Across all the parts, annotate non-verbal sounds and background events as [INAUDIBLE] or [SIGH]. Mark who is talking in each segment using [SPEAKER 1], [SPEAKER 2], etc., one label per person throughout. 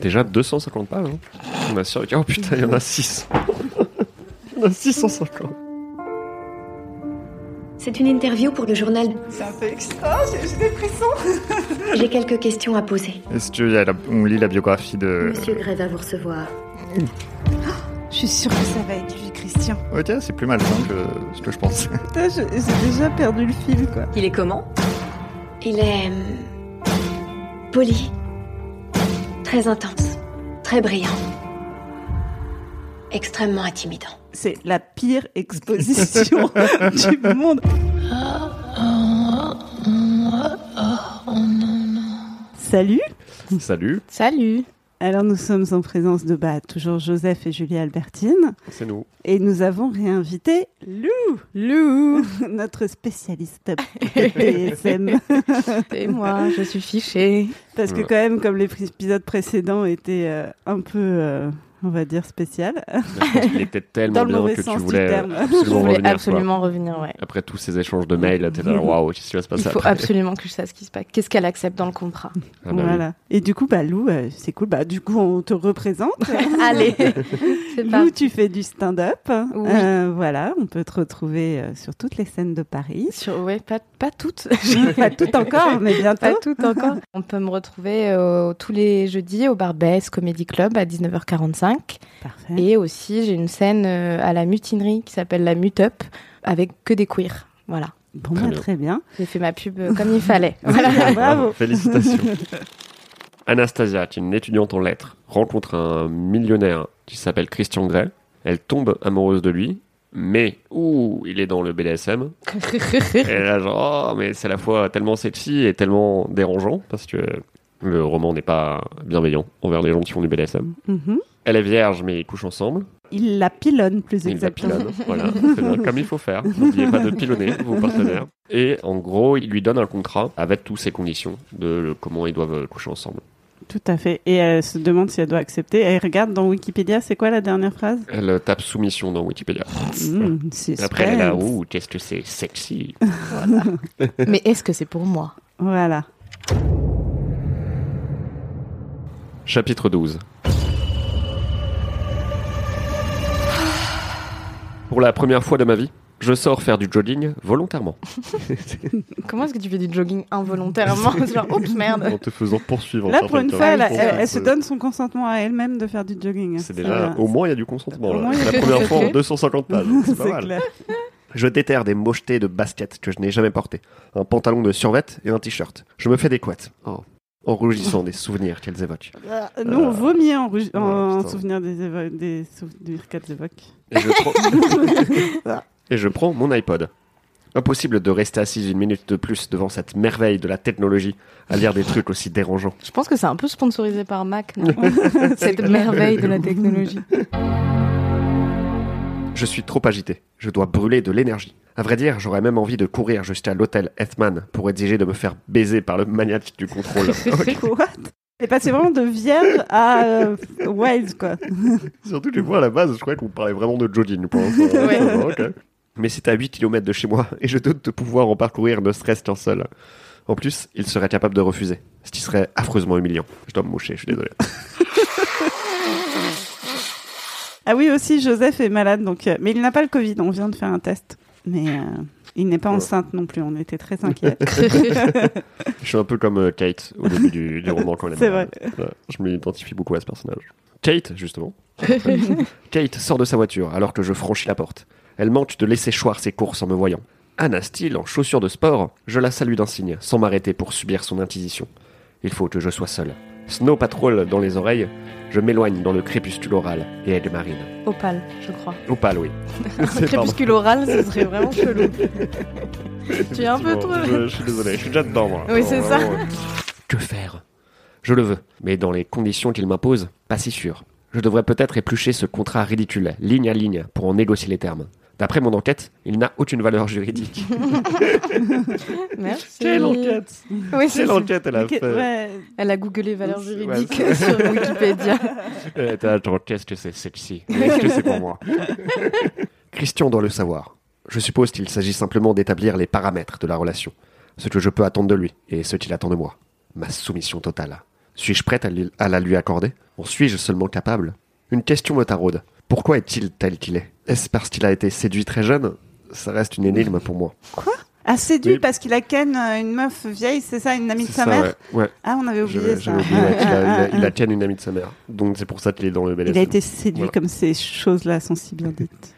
[SPEAKER 1] Déjà 250 pages. hein. On a survécu. Oh putain, il y en a 6. il y en a 650.
[SPEAKER 2] C'est une interview pour le journal.
[SPEAKER 3] C'est un peu extra, j'ai j'ai des frissons. [LAUGHS]
[SPEAKER 2] J'ai quelques questions à poser.
[SPEAKER 4] Si tu veux, il y a la- on lit la biographie de.
[SPEAKER 2] Euh. Monsieur Gray va vous recevoir.
[SPEAKER 3] Je suis sûre que ça va être lui, Christian.
[SPEAKER 4] Ok, c'est plus mal hein, que ce que
[SPEAKER 1] [LAUGHS]
[SPEAKER 4] je pensais.
[SPEAKER 3] Putain, je- j'ai déjà perdu le fil, quoi.
[SPEAKER 5] Il est comment
[SPEAKER 2] Il est. hum, poli. Très intense. Très brillant. Extrêmement intimidant.
[SPEAKER 3] C'est la pire exposition [LAUGHS] du monde. Salut
[SPEAKER 1] Salut,
[SPEAKER 6] Salut.
[SPEAKER 3] Alors nous sommes en présence de bah, toujours Joseph et Julie Albertine
[SPEAKER 1] c'est nous. [LAUGHS]
[SPEAKER 3] et nous avons réinvité Lou,
[SPEAKER 6] Lou.
[SPEAKER 3] [LAUGHS] notre spécialiste PSM.
[SPEAKER 6] [LAUGHS] Et moi, je suis fichée.
[SPEAKER 3] [LAUGHS] Parce que quand même, comme l'épisode précédent était euh, un peu, euh, on va dire, spécial,
[SPEAKER 1] Je pense qu'il était tellement
[SPEAKER 3] Dans le
[SPEAKER 1] bien
[SPEAKER 3] mauvais
[SPEAKER 1] que tu
[SPEAKER 3] sens du
[SPEAKER 1] voulais euh,
[SPEAKER 3] terme. [LAUGHS]
[SPEAKER 1] absolument
[SPEAKER 6] Je voulais
[SPEAKER 1] revenir. quoi.
[SPEAKER 6] absolument revenir, ouais.
[SPEAKER 1] Après tous ces échanges de mails, t'es
[SPEAKER 3] [LAUGHS]
[SPEAKER 1] là, waouh, qu'est-ce qui va se
[SPEAKER 6] Il
[SPEAKER 1] passer
[SPEAKER 6] faut
[SPEAKER 1] après
[SPEAKER 6] absolument que je sache ce qui se passe. Qu'est-ce qu'elle accepte dans le contrat
[SPEAKER 1] Ah bah oui.
[SPEAKER 3] voilà. Et du coup, bah, Lou, euh, c'est cool. Bah, du coup, on te représente.
[SPEAKER 6] [LAUGHS] Allez, c'est
[SPEAKER 3] Lou,
[SPEAKER 6] parti.
[SPEAKER 3] tu fais du stand-up.
[SPEAKER 6] Oui.
[SPEAKER 3] Euh, voilà, on peut te retrouver euh, sur toutes les scènes de
[SPEAKER 6] [LAUGHS]
[SPEAKER 3] Paris.
[SPEAKER 6] Sur, ouais, pas, pas toutes.
[SPEAKER 3] Pas tout encore, mais
[SPEAKER 6] Pas
[SPEAKER 3] bientôt.
[SPEAKER 6] toutes encore. On peut me retrouver euh, tous les jeudis au Barbès Comedy Club à 19h45.
[SPEAKER 3] Parfait.
[SPEAKER 6] Et aussi, j'ai une scène euh, à la mutinerie qui s'appelle la Mute Up avec que des queers. Voilà.
[SPEAKER 3] Bon,
[SPEAKER 1] Très
[SPEAKER 3] bah,
[SPEAKER 1] bien.
[SPEAKER 3] très bien.
[SPEAKER 6] J'ai fait ma pub euh, [LAUGHS] comme il fallait. Voilà.
[SPEAKER 3] [LAUGHS] Bravo. [LAUGHS]
[SPEAKER 1] Félicitations. Anastasia, qui est une étudiante en lettres, rencontre un millionnaire qui s'appelle Christian Grey. Elle tombe amoureuse de lui, mais ouh, il est dans le BDSM. et là, genre, oh, mais c'est à la fois tellement sexy et tellement dérangeant, parce que le roman n'est pas bienveillant envers les gens qui font du BDSM.
[SPEAKER 3] Mhm.
[SPEAKER 1] Elle est vierge, mais ils couchent ensemble.
[SPEAKER 3] Il la pilonne, plus
[SPEAKER 1] Il la
[SPEAKER 3] exactement.
[SPEAKER 1] pilonne, voilà, c'est bien, comme il faut faire. N'oubliez pas de pilonner vos partenaires. Et en gros, il lui donne un contrat avec toutes ses conditions de comment ils doivent coucher ensemble.
[SPEAKER 3] [LAUGHS] Tout à fait. Et elle se demande si elle doit accepter. Elle regarde dans Wikipédia, c'est quoi la dernière phrase
[SPEAKER 1] Elle tape soumission dans Wikipédia.
[SPEAKER 3] Mmh, suspense.
[SPEAKER 1] Après, elle est là, ouh, qu'est-ce que c'est sexy.
[SPEAKER 6] Mais est-ce que c'est pour moi
[SPEAKER 3] Voilà.
[SPEAKER 1] Chapitre 12. Pour la première fois de ma vie, je sors faire du jogging volontairement.
[SPEAKER 6] Comment est-ce que tu fais du jogging [LAUGHS] involontairement C'est Genre, oups, merde.
[SPEAKER 1] te faisant poursuivre.
[SPEAKER 3] Là, pour une fois, elle,
[SPEAKER 6] Ah,
[SPEAKER 3] elle-
[SPEAKER 6] c'est-
[SPEAKER 3] elle se donne son consentement à elle-même de faire du jogging.
[SPEAKER 1] C'est
[SPEAKER 3] Ça
[SPEAKER 1] déjà,
[SPEAKER 3] va.
[SPEAKER 1] au moins, il y a du consentement.
[SPEAKER 3] Au
[SPEAKER 1] là.
[SPEAKER 3] moins, il y a
[SPEAKER 1] C'est la
[SPEAKER 6] du [LAUGHS]
[SPEAKER 1] première fois en
[SPEAKER 6] consentement.
[SPEAKER 1] 250 pages.
[SPEAKER 3] [LAUGHS]
[SPEAKER 1] C'est pas
[SPEAKER 3] C'est
[SPEAKER 1] mal.
[SPEAKER 3] clair.
[SPEAKER 1] Je déterre des mochetés de baskets que je n'ai jamais portées, un pantalon de survette et un t-shirt. Je me fais des couettes, oh, en rougissant des souvenirs qu'elles évoquent.
[SPEAKER 6] Ah.
[SPEAKER 3] Nous, on vomit en, rouge-
[SPEAKER 1] Ah. ouais,
[SPEAKER 3] en
[SPEAKER 1] putain.
[SPEAKER 3] souvenir des, évo- des souvenirs qu'elles évoquent.
[SPEAKER 1] Et je,
[SPEAKER 3] [LAUGHS]
[SPEAKER 1] prends... Et je prends mon iPod. Impossible de rester assise une minute de plus devant cette merveille de la technologie à lire des trucs aussi dérangeants.
[SPEAKER 6] Je pense que c'est un peu sponsorisé par Mac, non Cette merveille de la [LAUGHS] technologie.
[SPEAKER 1] Je suis trop agité, je dois brûler de l'énergie. À vrai dire, j'aurais même envie de courir jusqu'à l'hôtel Ethman pour exiger de me faire baiser par le maniaque du contrôle.
[SPEAKER 3] What Et passé vraiment de vierge à euh, wild, quoi.
[SPEAKER 1] [LAUGHS] Surtout que moi, à la base, je croyais qu'on parlait vraiment de jogging [LAUGHS] pour l'instant. Ok. Mais c'est à 8 km de chez moi et je doute de pouvoir en parcourir ne serait-ce qu'un seul. En plus, il serait capable de refuser, ce qui serait affreusement humiliant. Je dois me moucher, je suis désolé.
[SPEAKER 3] Ah oui, aussi, Joseph est malade, donc, euh, mais il n'a pas le Covid, on vient de faire un test. Mais euh, il n'est pas
[SPEAKER 1] Ouais.
[SPEAKER 3] enceinte non plus, on était très inquiets.
[SPEAKER 1] Je suis un peu comme euh, Kate au début du, du roman quand elle est
[SPEAKER 3] C'est
[SPEAKER 1] malade. Ouais, je m'identifie beaucoup à ce personnage. Kate, justement. [LAUGHS] Kate sort de sa voiture alors que je franchis la porte. Elle manque de laisser choir ses courses en me voyant. Anna Steele, en chaussures de sport, je la salue d'un signe, sans m'arrêter pour subir son inquisition. Il faut que je sois seul. Snow Patrol dans les oreilles, je m'éloigne dans le crépuscule oral et aide Marine.
[SPEAKER 6] Opale, je crois.
[SPEAKER 1] Opal, oui.
[SPEAKER 6] Un crépuscule oral, ce serait vraiment chelou. Tu es un peu trop-
[SPEAKER 1] Je, je suis désolé, je suis déjà dedans, moi.
[SPEAKER 6] Oui, c'est ça.
[SPEAKER 1] Que faire Je le veux, mais dans les conditions qu'il m'impose, pas si sûr. Je devrais peut-être éplucher ce contrat ridicule, ligne à ligne, pour en négocier les termes. D'après mon enquête, il n'a aucune valeur juridique.
[SPEAKER 6] Merci.
[SPEAKER 1] Quelle
[SPEAKER 6] Oui, c'est ça.
[SPEAKER 1] enquête [LAUGHS] elle
[SPEAKER 3] Ok, ouais.
[SPEAKER 6] Elle a googlé valeurs juridiques
[SPEAKER 1] Ouais.
[SPEAKER 6] sur Wikipédia.
[SPEAKER 1] Euh, attends, attends, qu'est-ce que c'est sexy Est-ce que c'est pour moi Christian doit le savoir. Je suppose qu'il s'agit simplement d'établir les paramètres de la relation, ce que je peux attendre de lui et ce qu'il attend de moi. Ma soumission totale. Suis-je prête à, lui- à la lui accorder En suis-je seulement capable Une question me taraude. Pourquoi est-il tel qu'il est Est-ce parce qu'il a été séduit très jeune Ça reste une énigme pour moi.
[SPEAKER 3] Ah, séduit
[SPEAKER 1] Oui.
[SPEAKER 3] parce qu'il a ken euh, une meuf vieille, c'est ça, une amie de
[SPEAKER 1] C'est
[SPEAKER 3] sa
[SPEAKER 1] ça,
[SPEAKER 3] mère
[SPEAKER 1] ouais. Ouais,
[SPEAKER 3] Ah, on avait oublié
[SPEAKER 1] j'avais
[SPEAKER 3] ça.
[SPEAKER 1] j'avais oublié, ouais, qu'il a- il, a,
[SPEAKER 3] Ah, ah, [LAUGHS]
[SPEAKER 1] il a
[SPEAKER 3] ah.
[SPEAKER 1] ken une amie de sa mère. Donc c'est pour ça qu'il est dans le BDSM.
[SPEAKER 3] Il a été séduit
[SPEAKER 1] Voilà.
[SPEAKER 3] comme ces choses-là sont
[SPEAKER 1] [LAUGHS]
[SPEAKER 3] si bien dites.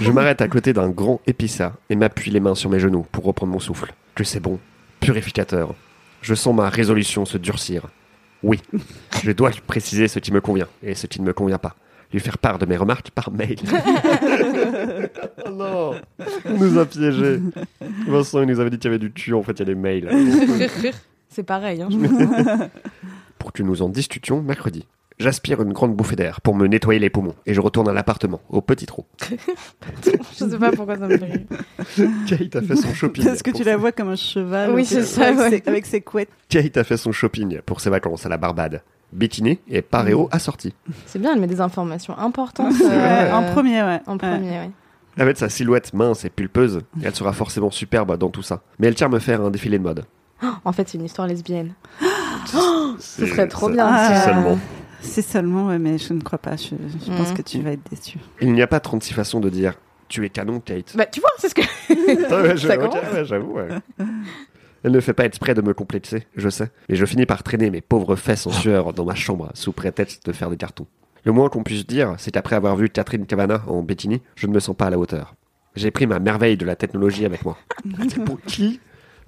[SPEAKER 1] Je m'arrête à côté d'un grand épissa et m'appuie les mains sur mes genoux pour reprendre mon souffle. Que c'est bon, purificateur. Je sens ma résolution se durcir. Oui, je dois lui préciser ce qui me convient et ce qui ne me convient pas. Lui faire part de mes remarques par
[SPEAKER 3] [LAUGHS]
[SPEAKER 1] mail. oh non, il nous a piégés. Vincent, il nous avait dit qu'il y avait du tu, en fait, il y a des mails.
[SPEAKER 6] C'est pareil. Hein,
[SPEAKER 1] pour que nous en discutions mercredi. J'aspire une grande bouffée d'air pour me nettoyer les poumons et je retourne à l'appartement, au petit trou.
[SPEAKER 6] je sais pas pourquoi ça me fait rire.
[SPEAKER 1] Kate a fait son shopping.
[SPEAKER 3] Parce que
[SPEAKER 1] pour
[SPEAKER 3] tu la vois comme un cheval.
[SPEAKER 6] Oui,
[SPEAKER 3] avec-
[SPEAKER 6] c'est ça,
[SPEAKER 3] avec,
[SPEAKER 6] ouais.
[SPEAKER 3] ses, avec ses couettes.
[SPEAKER 1] Kate a fait son shopping pour ses vacances à la Barbade. Bikini et paréo assorti.
[SPEAKER 6] C'est bien, elle met des informations importantes
[SPEAKER 3] Ouais,
[SPEAKER 6] euh,
[SPEAKER 3] en premier, ouais.
[SPEAKER 6] En premier, ouais.
[SPEAKER 1] Avec sa silhouette mince et pulpeuse, elle sera forcément superbe dans tout ça. Mais elle tient à me faire un défilé de mode.
[SPEAKER 6] En fait, c'est une histoire lesbienne.
[SPEAKER 1] Ce
[SPEAKER 6] Ce serait trop bien.
[SPEAKER 3] Ah,
[SPEAKER 6] si-
[SPEAKER 3] c'est
[SPEAKER 1] seulement.
[SPEAKER 3] Ouais. C'est seulement, ouais, mais je ne crois pas. Je, je pense
[SPEAKER 6] Mhm.
[SPEAKER 3] que tu vas être déçu.
[SPEAKER 1] Il n'y a pas 36 façons de dire tu es canon, Kate.
[SPEAKER 6] Bah, tu vois, c'est ce que.
[SPEAKER 1] Ah ouais, je-
[SPEAKER 6] Ça
[SPEAKER 1] ok,
[SPEAKER 6] commence.
[SPEAKER 1] ouais, j'avoue. ouais. Elle ne fait pas exprès de me complexer, je sais, mais je finis par traîner mes pauvres fesses en
[SPEAKER 3] Ah.
[SPEAKER 1] sueur dans ma chambre sous prétexte de faire des cartons. Le moins qu'on puisse dire, c'est qu'après avoir vu Catherine Cavana en Bettini, je ne me sens pas à la hauteur. J'ai pris ma merveille de la technologie avec
[SPEAKER 3] [LAUGHS]
[SPEAKER 1] moi. C'est pour qui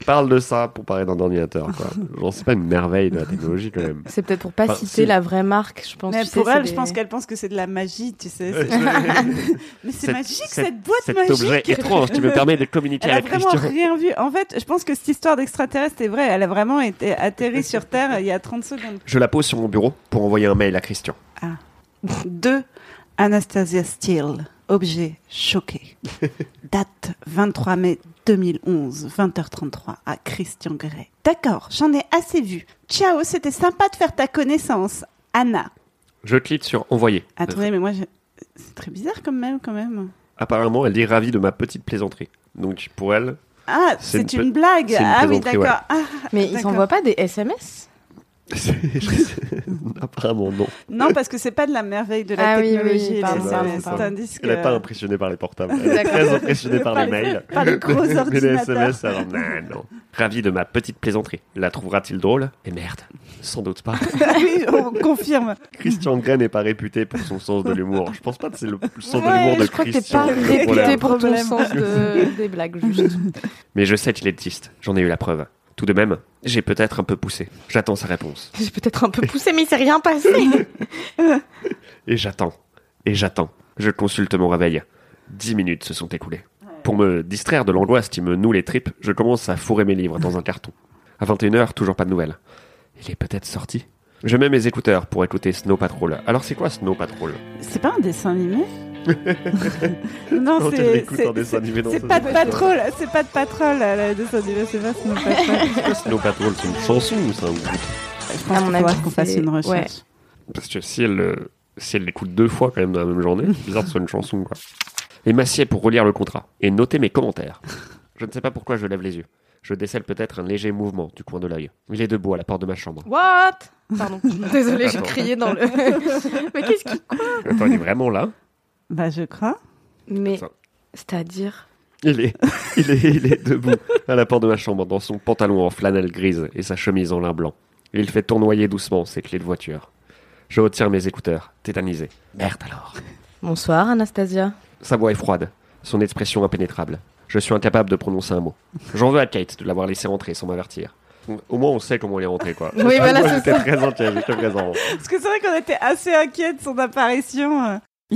[SPEAKER 1] parle de ça pour parler d'un ordinateur quoi Genre, c'est pas une merveille de la technologie quand même.
[SPEAKER 6] C'est peut-être pour pas
[SPEAKER 1] Bah,
[SPEAKER 6] citer
[SPEAKER 1] si.
[SPEAKER 6] la vraie marque, je pense.
[SPEAKER 3] Mais
[SPEAKER 6] tu sais,
[SPEAKER 3] pour
[SPEAKER 6] c'est
[SPEAKER 3] elle,
[SPEAKER 6] des-
[SPEAKER 3] je pense qu'elle pense que c'est de la magie, tu sais. c'est- [LAUGHS] mais c'est
[SPEAKER 1] Cette-
[SPEAKER 3] magique,
[SPEAKER 1] cette-
[SPEAKER 3] cette boîte
[SPEAKER 1] Cet
[SPEAKER 3] magique.
[SPEAKER 1] objet étrange qui me permet de communiquer
[SPEAKER 3] Elle a
[SPEAKER 1] avec
[SPEAKER 3] vraiment
[SPEAKER 1] Christian.
[SPEAKER 3] rien vu. En fait, je pense que cette histoire d'extraterrestre est vraie. Elle a vraiment été atterrie sur Terre il y a 30 secondes.
[SPEAKER 1] Je la pose sur mon bureau pour envoyer un mail à Christian.
[SPEAKER 3] 2. Anastasia Steele, objet
[SPEAKER 1] [LAUGHS]
[SPEAKER 3] choqué. Date 23 mai 2011, 20h33, à Christian Grey. D'accord, j'en ai assez vu. Ciao, c'était sympa de faire ta connaissance. Anna.
[SPEAKER 1] Je clique sur envoyer.
[SPEAKER 3] Attendez, mais moi, je- c'est très bizarre quand même, quand même.
[SPEAKER 1] Apparemment, elle est ravie de ma petite plaisanterie. Donc pour elle,
[SPEAKER 3] Ah,
[SPEAKER 1] C'est
[SPEAKER 3] c'est
[SPEAKER 1] une
[SPEAKER 3] une, blague.
[SPEAKER 1] c'est une
[SPEAKER 3] Ah oui,
[SPEAKER 1] plaisanterie,
[SPEAKER 3] d'accord. Ah,
[SPEAKER 6] Mais ils
[SPEAKER 3] d'accord.
[SPEAKER 6] s'envoient pas des SMS
[SPEAKER 1] [LAUGHS] apparemment non.
[SPEAKER 3] Non, parce que c'est pas de la merveille de la
[SPEAKER 6] Ah oui, oui,
[SPEAKER 3] technologie. les
[SPEAKER 6] pardon,
[SPEAKER 3] SMS,
[SPEAKER 1] pardon, pardon.
[SPEAKER 3] tandis
[SPEAKER 1] Elle n'est
[SPEAKER 3] que-
[SPEAKER 1] pas impressionnée par les portables. Elle est
[SPEAKER 6] euh, D'accord.
[SPEAKER 1] très impressionnée par,
[SPEAKER 3] [LAUGHS] Par
[SPEAKER 1] les
[SPEAKER 3] les-
[SPEAKER 1] mails.
[SPEAKER 3] par les gros
[SPEAKER 1] Mais [LAUGHS] les
[SPEAKER 3] ordinateurs.
[SPEAKER 1] SMS, alors non, non. Ravi de ma petite plaisanterie. La trouvera-t-il drôle Et merde, sans doute pas. [LAUGHS]
[SPEAKER 3] Ah oui, on confirme.
[SPEAKER 1] Christian Grey n'est pas réputé pour son sens de l'humour. Je pense pas que c'est le le sens de
[SPEAKER 6] Ouais,
[SPEAKER 1] l'humour de euh,
[SPEAKER 6] je crois que t'es
[SPEAKER 1] Christian. le
[SPEAKER 6] pas
[SPEAKER 1] problème.
[SPEAKER 6] réputé pour ton
[SPEAKER 3] Problème.
[SPEAKER 6] sens
[SPEAKER 3] [LAUGHS]
[SPEAKER 6] de- des blagues, juste.
[SPEAKER 1] Mais je sais qu'il existe. J'en ai eu la preuve. Tout de même, j'ai peut-être un peu poussé. J'attends sa réponse.
[SPEAKER 6] J'ai peut-être un peu poussé, mais il s'est rien
[SPEAKER 3] [LAUGHS]
[SPEAKER 6] passé.
[SPEAKER 1] Et j'attends. Et j'attends. Je consulte mon réveil. Dix minutes se sont écoulées. Pour me distraire de l'angoisse qui me noue les tripes, je commence à fourrer mes livres dans un carton. À 21h, toujours pas de nouvelles. Il est peut-être sorti Je mets mes écouteurs pour écouter Snow Patrol. Alors c'est quoi Snow Patrol
[SPEAKER 3] C'est pas un
[SPEAKER 1] [LAUGHS]
[SPEAKER 3] dessin animé Non,
[SPEAKER 1] Quand elle
[SPEAKER 3] c'est.
[SPEAKER 1] l'écoute en
[SPEAKER 3] c'est-
[SPEAKER 1] dessin animé dans
[SPEAKER 3] C'est
[SPEAKER 1] sa
[SPEAKER 3] pas de
[SPEAKER 1] voiture.
[SPEAKER 3] patrol, c'est pas de patrol, le dessin animé, c'est pas Snow
[SPEAKER 6] [LAUGHS]
[SPEAKER 3] Patrol.
[SPEAKER 1] Snow Patrol, c'est une chanson ou c'est un groupe
[SPEAKER 3] Je pense
[SPEAKER 6] À mon
[SPEAKER 3] qu'il
[SPEAKER 6] avis,
[SPEAKER 3] faudra qu'on fasse
[SPEAKER 6] c'est-
[SPEAKER 3] une recherche.
[SPEAKER 1] Parce que si elle, euh, si elle l'écoute deux fois quand même dans la même journée, c'est bizarre que ce soit une chanson quoi. Et m'assieds pour relire le contrat et noter mes commentaires. Je ne sais pas pourquoi je lève les yeux. Je décèle peut-être un léger mouvement du coin de l'œil. Il est debout à la porte de ma chambre.
[SPEAKER 6] What
[SPEAKER 3] [LAUGHS]
[SPEAKER 6] Pardon. Désolée, j'ai
[SPEAKER 1] Attends.
[SPEAKER 6] crié dans le. [LAUGHS] mais
[SPEAKER 1] [LAUGHS]
[SPEAKER 6] qu'est-ce qui.
[SPEAKER 1] Attends, il est vraiment là
[SPEAKER 3] Bah, je crois.
[SPEAKER 6] Mais.
[SPEAKER 1] Ça.
[SPEAKER 6] C'est-à-dire.
[SPEAKER 1] Il est, il est, il est debout à la porte de ma chambre dans son pantalon en flanelle grise et sa chemise en lin blanc. Il fait tournoyer doucement ses clés de voiture. Je retire mes écouteurs, tétanisé. Merde alors.
[SPEAKER 6] Bonsoir, Anastasia.
[SPEAKER 1] Sa voix est froide, son expression impénétrable. Je suis incapable de prononcer un mot. J'en veux à Kate de l'avoir laissé rentrer sans m'avertir. Au moins, on sait comment elle est rentrée, quoi.
[SPEAKER 6] Oui, voilà,
[SPEAKER 1] Moi,
[SPEAKER 6] c'est
[SPEAKER 1] J'étais
[SPEAKER 6] ça.
[SPEAKER 1] très inquiet, j'étais très en-
[SPEAKER 3] Parce que c'est vrai qu'on était assez inquiets de son apparition euh,
[SPEAKER 1] Après, je pense,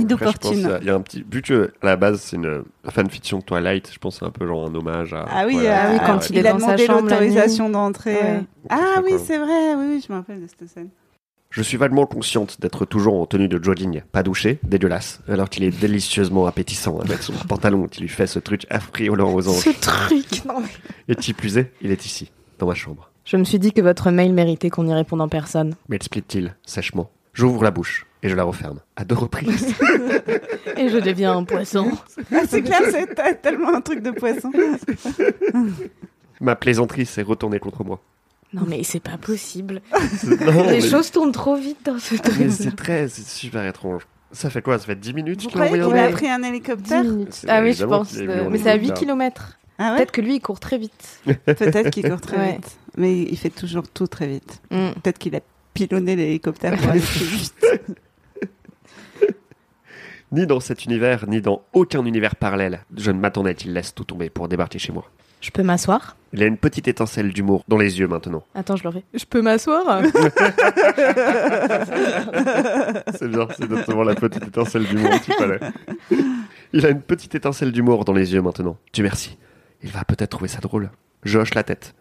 [SPEAKER 3] inopportune.
[SPEAKER 1] euh, Il y a un petit. Vu que, à la base, c'est une fanfiction Twilight, je pense que c'est un peu genre un hommage à.
[SPEAKER 3] ah oui,
[SPEAKER 1] Twilight.
[SPEAKER 3] euh,
[SPEAKER 6] Ah oui, quand il est
[SPEAKER 3] a
[SPEAKER 6] dans sa
[SPEAKER 3] demandé
[SPEAKER 6] chambre la nuit.
[SPEAKER 3] l'autorisation d'entrée.
[SPEAKER 6] Ouais.
[SPEAKER 3] euh. Ah
[SPEAKER 1] Je sais
[SPEAKER 3] oui,
[SPEAKER 1] pas.
[SPEAKER 3] c'est vrai, oui, oui, je me rappelle de cette scène.
[SPEAKER 1] Je suis vaguement consciente d'être toujours en tenue de jogging, pas douché, dégueulasse, alors qu'il est délicieusement appétissant avec son [LAUGHS] pantalon qui lui fait ce truc affriolant aux
[SPEAKER 6] Ce
[SPEAKER 1] anges.
[SPEAKER 6] truc. Non, mais-
[SPEAKER 1] Et qui plus est, il est ici, dans ma chambre.
[SPEAKER 6] Je me suis dit que votre mail méritait qu'on y réponde en personne.
[SPEAKER 1] m'explique-t-il sèchement. J'ouvre la bouche et je la referme à deux
[SPEAKER 3] [LAUGHS]
[SPEAKER 1] reprises.
[SPEAKER 6] Et je deviens un poisson.
[SPEAKER 3] Ah, c'est [LAUGHS] clair, c'est t- tellement un truc de poisson. [LAUGHS]
[SPEAKER 1] Ma plaisanterie s'est retournée contre moi.
[SPEAKER 6] Non, mais c'est pas possible.
[SPEAKER 1] Non,
[SPEAKER 6] Les
[SPEAKER 1] mais-
[SPEAKER 6] choses tournent trop vite dans ce
[SPEAKER 1] mais
[SPEAKER 6] truc.
[SPEAKER 1] c'est très, c'est super étrange. Ça fait quoi Ça fait 10 minutes
[SPEAKER 3] Vous
[SPEAKER 1] qu'il a
[SPEAKER 3] croyez
[SPEAKER 1] envoyé un
[SPEAKER 3] qu'il
[SPEAKER 6] Ouais.
[SPEAKER 3] a
[SPEAKER 1] mail
[SPEAKER 3] pris un hélicoptère
[SPEAKER 1] C'est
[SPEAKER 6] Ah oui, je
[SPEAKER 1] évidemment
[SPEAKER 6] pense.
[SPEAKER 1] qu'il est
[SPEAKER 6] euh,
[SPEAKER 1] venu en
[SPEAKER 6] Mais c'est à 8
[SPEAKER 1] hélicoptère.
[SPEAKER 6] km.
[SPEAKER 3] Ah ouais
[SPEAKER 6] Peut-être que lui, il court très vite.
[SPEAKER 3] Peut-être qu'il court très
[SPEAKER 6] Ouais.
[SPEAKER 3] vite. Mais il fait toujours tout très vite.
[SPEAKER 6] Mm.
[SPEAKER 3] Peut-être qu'il a pilonné l'hélicoptère pour aller plus [LAUGHS] vite.
[SPEAKER 1] Ni dans cet univers, ni dans aucun univers parallèle, je ne m'attendais à qu'il laisse tout tomber pour débarquer chez moi.
[SPEAKER 6] Je peux m'asseoir
[SPEAKER 1] Il a une petite étincelle d'humour dans les yeux maintenant.
[SPEAKER 6] Attends, je le refais. Je peux m'asseoir
[SPEAKER 1] C'est bien, c'est notamment la petite étincelle d'humour qu'il fallait. Il a une petite étincelle d'humour dans les yeux maintenant. Dieu merci. Il va peut-être trouver ça drôle. Je hoche la tête.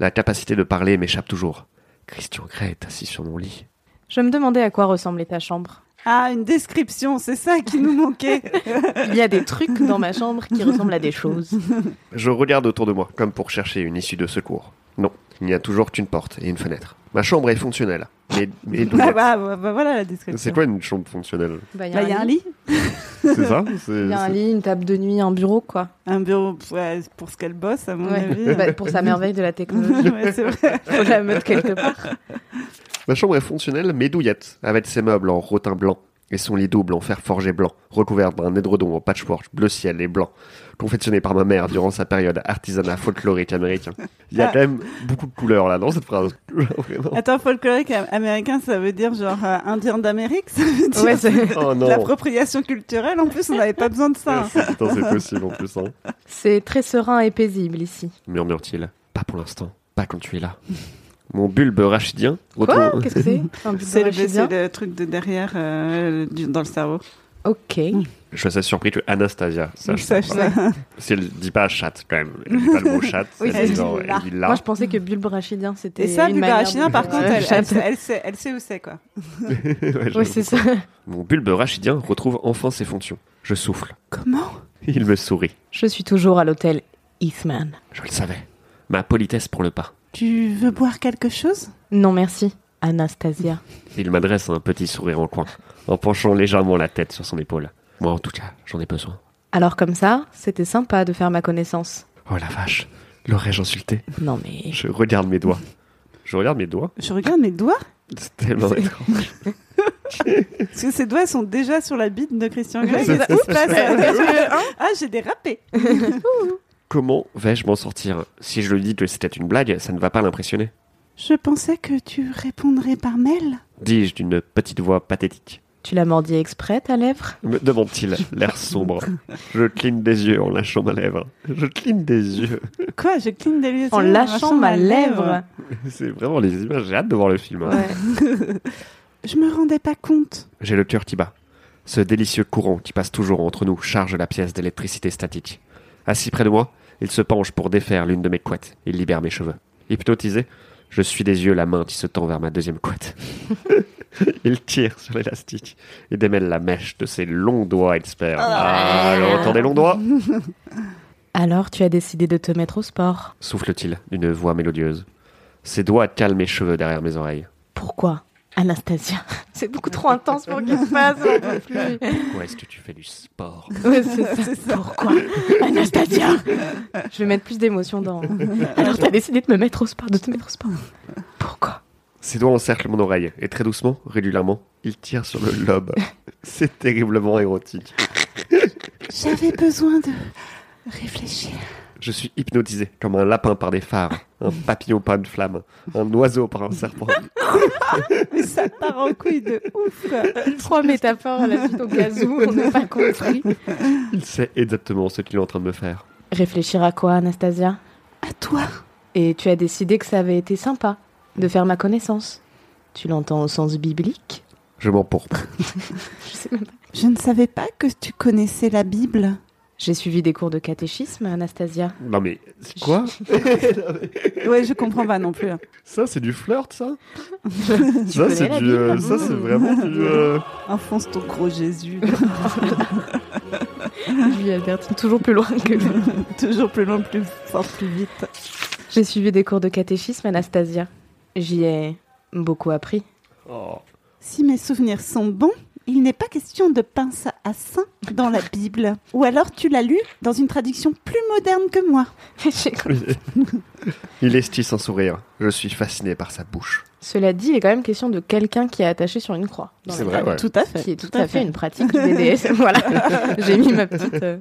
[SPEAKER 1] La capacité de parler m'échappe toujours. Christian Grey est assis sur mon lit.
[SPEAKER 6] [LAUGHS] Je me demandais à quoi ressemblait ta chambre.
[SPEAKER 3] Ah, une description, c'est ça qui nous [LAUGHS] manquait.
[SPEAKER 6] Il y a des trucs dans ma chambre qui ressemblent à des choses.
[SPEAKER 1] Je regarde autour de moi, comme pour chercher une issue de secours. Non, il n'y a toujours qu'une porte et une fenêtre. Ma chambre est fonctionnelle. Mais, mais d'où
[SPEAKER 3] bah, bah, bah, bah, voilà la description.
[SPEAKER 1] C'est quoi une chambre fonctionnelle
[SPEAKER 6] [LAUGHS] Bah,
[SPEAKER 3] Bah, il y a un lit,
[SPEAKER 1] C'est
[SPEAKER 6] [LAUGHS]
[SPEAKER 1] ça
[SPEAKER 6] Il y a un lit, une table de nuit, un bureau, quoi.
[SPEAKER 3] un bureau ouais, pour ce qu'elle bosse, à mon
[SPEAKER 6] Ouais.
[SPEAKER 3] avis.
[SPEAKER 6] [LAUGHS] Bah, pour sa merveille de la technologie, [LAUGHS]
[SPEAKER 3] Ouais, c'est vrai.
[SPEAKER 6] faut la mettre quelque part.
[SPEAKER 1] La chambre est fonctionnelle mais douillette, avec ses meubles en rotin blanc et son lit double en fer forgé blanc, recouvert d'un édredon en patchwork bleu ciel et blanc, confectionné par ma mère durant sa période artisanat folklorique américain. Il y a
[SPEAKER 3] Ah.
[SPEAKER 1] quand même beaucoup de couleurs là dans cette phrase. [LAUGHS] Vraiment.
[SPEAKER 3] Attends, folklorique am- américain, ça veut dire genre euh, indien d'Amérique, ça veut dire [LAUGHS]
[SPEAKER 6] Ouais, c'est-
[SPEAKER 1] oh
[SPEAKER 3] de
[SPEAKER 1] non
[SPEAKER 3] l'appropriation culturelle. En plus, on n'avait pas besoin de ça. hein.
[SPEAKER 1] Merci, putain, c'est possible en plus. Hein.
[SPEAKER 6] c'est très serein et paisible ici.
[SPEAKER 1] Murmure-t-il. Pas pour l'instant, pas quand tu es là. Mon bulbe rachidien
[SPEAKER 6] Quoi
[SPEAKER 1] retourne-
[SPEAKER 6] Qu'est-ce que [LAUGHS] c'est Un bureau
[SPEAKER 3] C'est le,
[SPEAKER 6] rachidien
[SPEAKER 3] c'est le truc de derrière euh, du- dans le cerveau.
[SPEAKER 6] Ok.
[SPEAKER 1] Je suis assez surpris que Anastasia sache.
[SPEAKER 3] Sache
[SPEAKER 1] ça.
[SPEAKER 3] ça.
[SPEAKER 1] Si elle dit pas chatte quand même, elle dit pas le mot chatte,
[SPEAKER 6] Oui,
[SPEAKER 1] elle,
[SPEAKER 6] c'est
[SPEAKER 1] dit genre,
[SPEAKER 3] là.
[SPEAKER 1] elle dit là.
[SPEAKER 6] Moi, je pensais que bulbe rachidien, c'était.
[SPEAKER 3] Et ça,
[SPEAKER 6] une
[SPEAKER 3] Bulba
[SPEAKER 6] manière
[SPEAKER 3] Rachidien,
[SPEAKER 6] de-
[SPEAKER 3] par contre,
[SPEAKER 6] Euh,
[SPEAKER 3] elle,
[SPEAKER 6] chat.
[SPEAKER 3] elle- elle sait, elle sait où c'est, quoi.
[SPEAKER 1] [LAUGHS]
[SPEAKER 6] [LAUGHS]
[SPEAKER 1] Ouais, j'avoue.
[SPEAKER 6] Oui, c'est ça.
[SPEAKER 1] Mon bulbe rachidien retrouve enfin ses fonctions. Je souffle.
[SPEAKER 3] Comment
[SPEAKER 1] Il me sourit.
[SPEAKER 6] Je suis toujours à l'hôtel Eastman.
[SPEAKER 1] Je le savais. Ma politesse prend le pas.
[SPEAKER 3] Tu veux boire quelque chose
[SPEAKER 6] Non, merci. Anastasia.
[SPEAKER 1] Il m'adresse un petit sourire en coin, en penchant légèrement la tête sur son épaule. Moi, en tout cas, j'en ai besoin.
[SPEAKER 6] Alors, comme ça, c'était sympa de faire ma connaissance.
[SPEAKER 1] Oh la vache, l'aurais-je insulté
[SPEAKER 6] Non, mais.
[SPEAKER 1] Je regarde mes doigts. Je regarde mes doigts
[SPEAKER 3] Je regarde mes doigts,
[SPEAKER 1] C'est tellement
[SPEAKER 6] C'est-
[SPEAKER 1] étrange.
[SPEAKER 3] parce que ses doigts sont déjà sur la bite de Christian Grey.
[SPEAKER 1] C'est
[SPEAKER 3] Qu'est-ce qui se passe [LAUGHS] Ah, j'ai dérapé.
[SPEAKER 1] Comment vais-je m'en sortir Si je lui dis que c'était une blague, ça ne va pas l'impressionner.
[SPEAKER 3] Je pensais que tu répondrais par mail.
[SPEAKER 1] Dis-je d'une petite voix pathétique.
[SPEAKER 6] Tu l'as mordi exprès, ta lèvre
[SPEAKER 1] Me demande-t-il, l'air sombre. Je cligne des yeux en lâchant ma lèvre. Je cligne des yeux.
[SPEAKER 3] Quoi Je cligne des yeux
[SPEAKER 6] En lâchant ma lèvre.
[SPEAKER 1] C'est vraiment les images, j'ai hâte de voir le film. hein.
[SPEAKER 3] Je me rendais pas compte.
[SPEAKER 1] J'ai le cœur qui bat. Ce délicieux courant qui passe toujours entre nous charge la pièce d'électricité statique. Assis près de moi, il se penche pour défaire l'une de mes couettes. Il libère mes cheveux. Hypnotisé, je suis des yeux la main qui se tend vers ma deuxième couette. [LAUGHS] il tire sur l'élastique et démêle la mèche de ses longs doigts experts. Ah, le retour des longs doigts
[SPEAKER 6] Alors, tu as décidé de te mettre au sport.
[SPEAKER 1] souffle-t-il d'une voix mélodieuse. Ses doigts calent mes cheveux derrière mes oreilles.
[SPEAKER 6] Pourquoi Anastasia [LAUGHS] C'est beaucoup trop intense pour qu'il se passe. on peut plus.
[SPEAKER 1] Pourquoi est-ce que tu fais du sport
[SPEAKER 6] [LAUGHS] Ouais, c'est ça. Pourquoi Anastasia Je vais mettre plus d'émotion dans. [LAUGHS] Alors, t'as décidé de me mettre au sport, de te mettre au sport. Pourquoi
[SPEAKER 1] Ses doigts encerclent mon oreille et très doucement, régulièrement, il tire sur le
[SPEAKER 6] [LAUGHS]
[SPEAKER 1] lobe. C'est terriblement érotique.
[SPEAKER 3] [LAUGHS] J'avais besoin de réfléchir.
[SPEAKER 1] Je suis hypnotisé, comme un lapin par des phares, un papillon par une flamme, un oiseau par un serpent.
[SPEAKER 3] Mais ça part en couille de ouf. quoi.
[SPEAKER 6] [LAUGHS] Trois métaphores à la suite au gazou, on n'a pas compris.
[SPEAKER 1] Il sait exactement ce qu'il est en train de me faire.
[SPEAKER 6] Réfléchir à quoi, Anastasia
[SPEAKER 3] À toi.
[SPEAKER 6] Et tu as décidé que ça avait été sympa de faire ma connaissance. Tu l'entends au sens biblique
[SPEAKER 1] Je m'empourpre.
[SPEAKER 6] Je sais même pas.
[SPEAKER 3] Je ne savais pas que tu connaissais la Bible.
[SPEAKER 6] J'ai suivi des cours de catéchisme, [LAUGHS] Anastasia.
[SPEAKER 1] Non mais, c'est quoi
[SPEAKER 3] Ouais, je comprends pas non plus. hein.
[SPEAKER 1] Ça c'est du flirt
[SPEAKER 6] [LAUGHS]
[SPEAKER 1] ça
[SPEAKER 6] connais
[SPEAKER 1] Ça c'est
[SPEAKER 6] la hein.
[SPEAKER 1] du...
[SPEAKER 6] Bible
[SPEAKER 1] euh, ça c'est vraiment du... [LAUGHS] euh,
[SPEAKER 3] Enfonce ton gros Jésus. [LAUGHS]
[SPEAKER 6] Je lui avertis toujours plus loin que
[SPEAKER 3] Toujours plus loin, plus fort, plus vite.
[SPEAKER 6] J'ai suivi des cours de catéchisme, Anastasia. J'y ai beaucoup appris.
[SPEAKER 1] oh.
[SPEAKER 3] Si mes souvenirs sont bons, il n'est pas question de pince à sein dans la Bible. Ou alors tu l'as lu dans une traduction plus moderne que moi.
[SPEAKER 1] Il esquisse un sourire. Je suis fasciné par sa bouche.
[SPEAKER 6] Cela dit, il est quand même question de quelqu'un qui est attaché sur une croix. dans
[SPEAKER 1] C'est
[SPEAKER 6] la
[SPEAKER 1] vrai,
[SPEAKER 6] Bible,
[SPEAKER 1] ouais.
[SPEAKER 3] Ah, Tout à fait.
[SPEAKER 6] Qui est tout, à fait, une pratique du [LAUGHS] BDSM. voilà, j'ai mis ma petite. euh.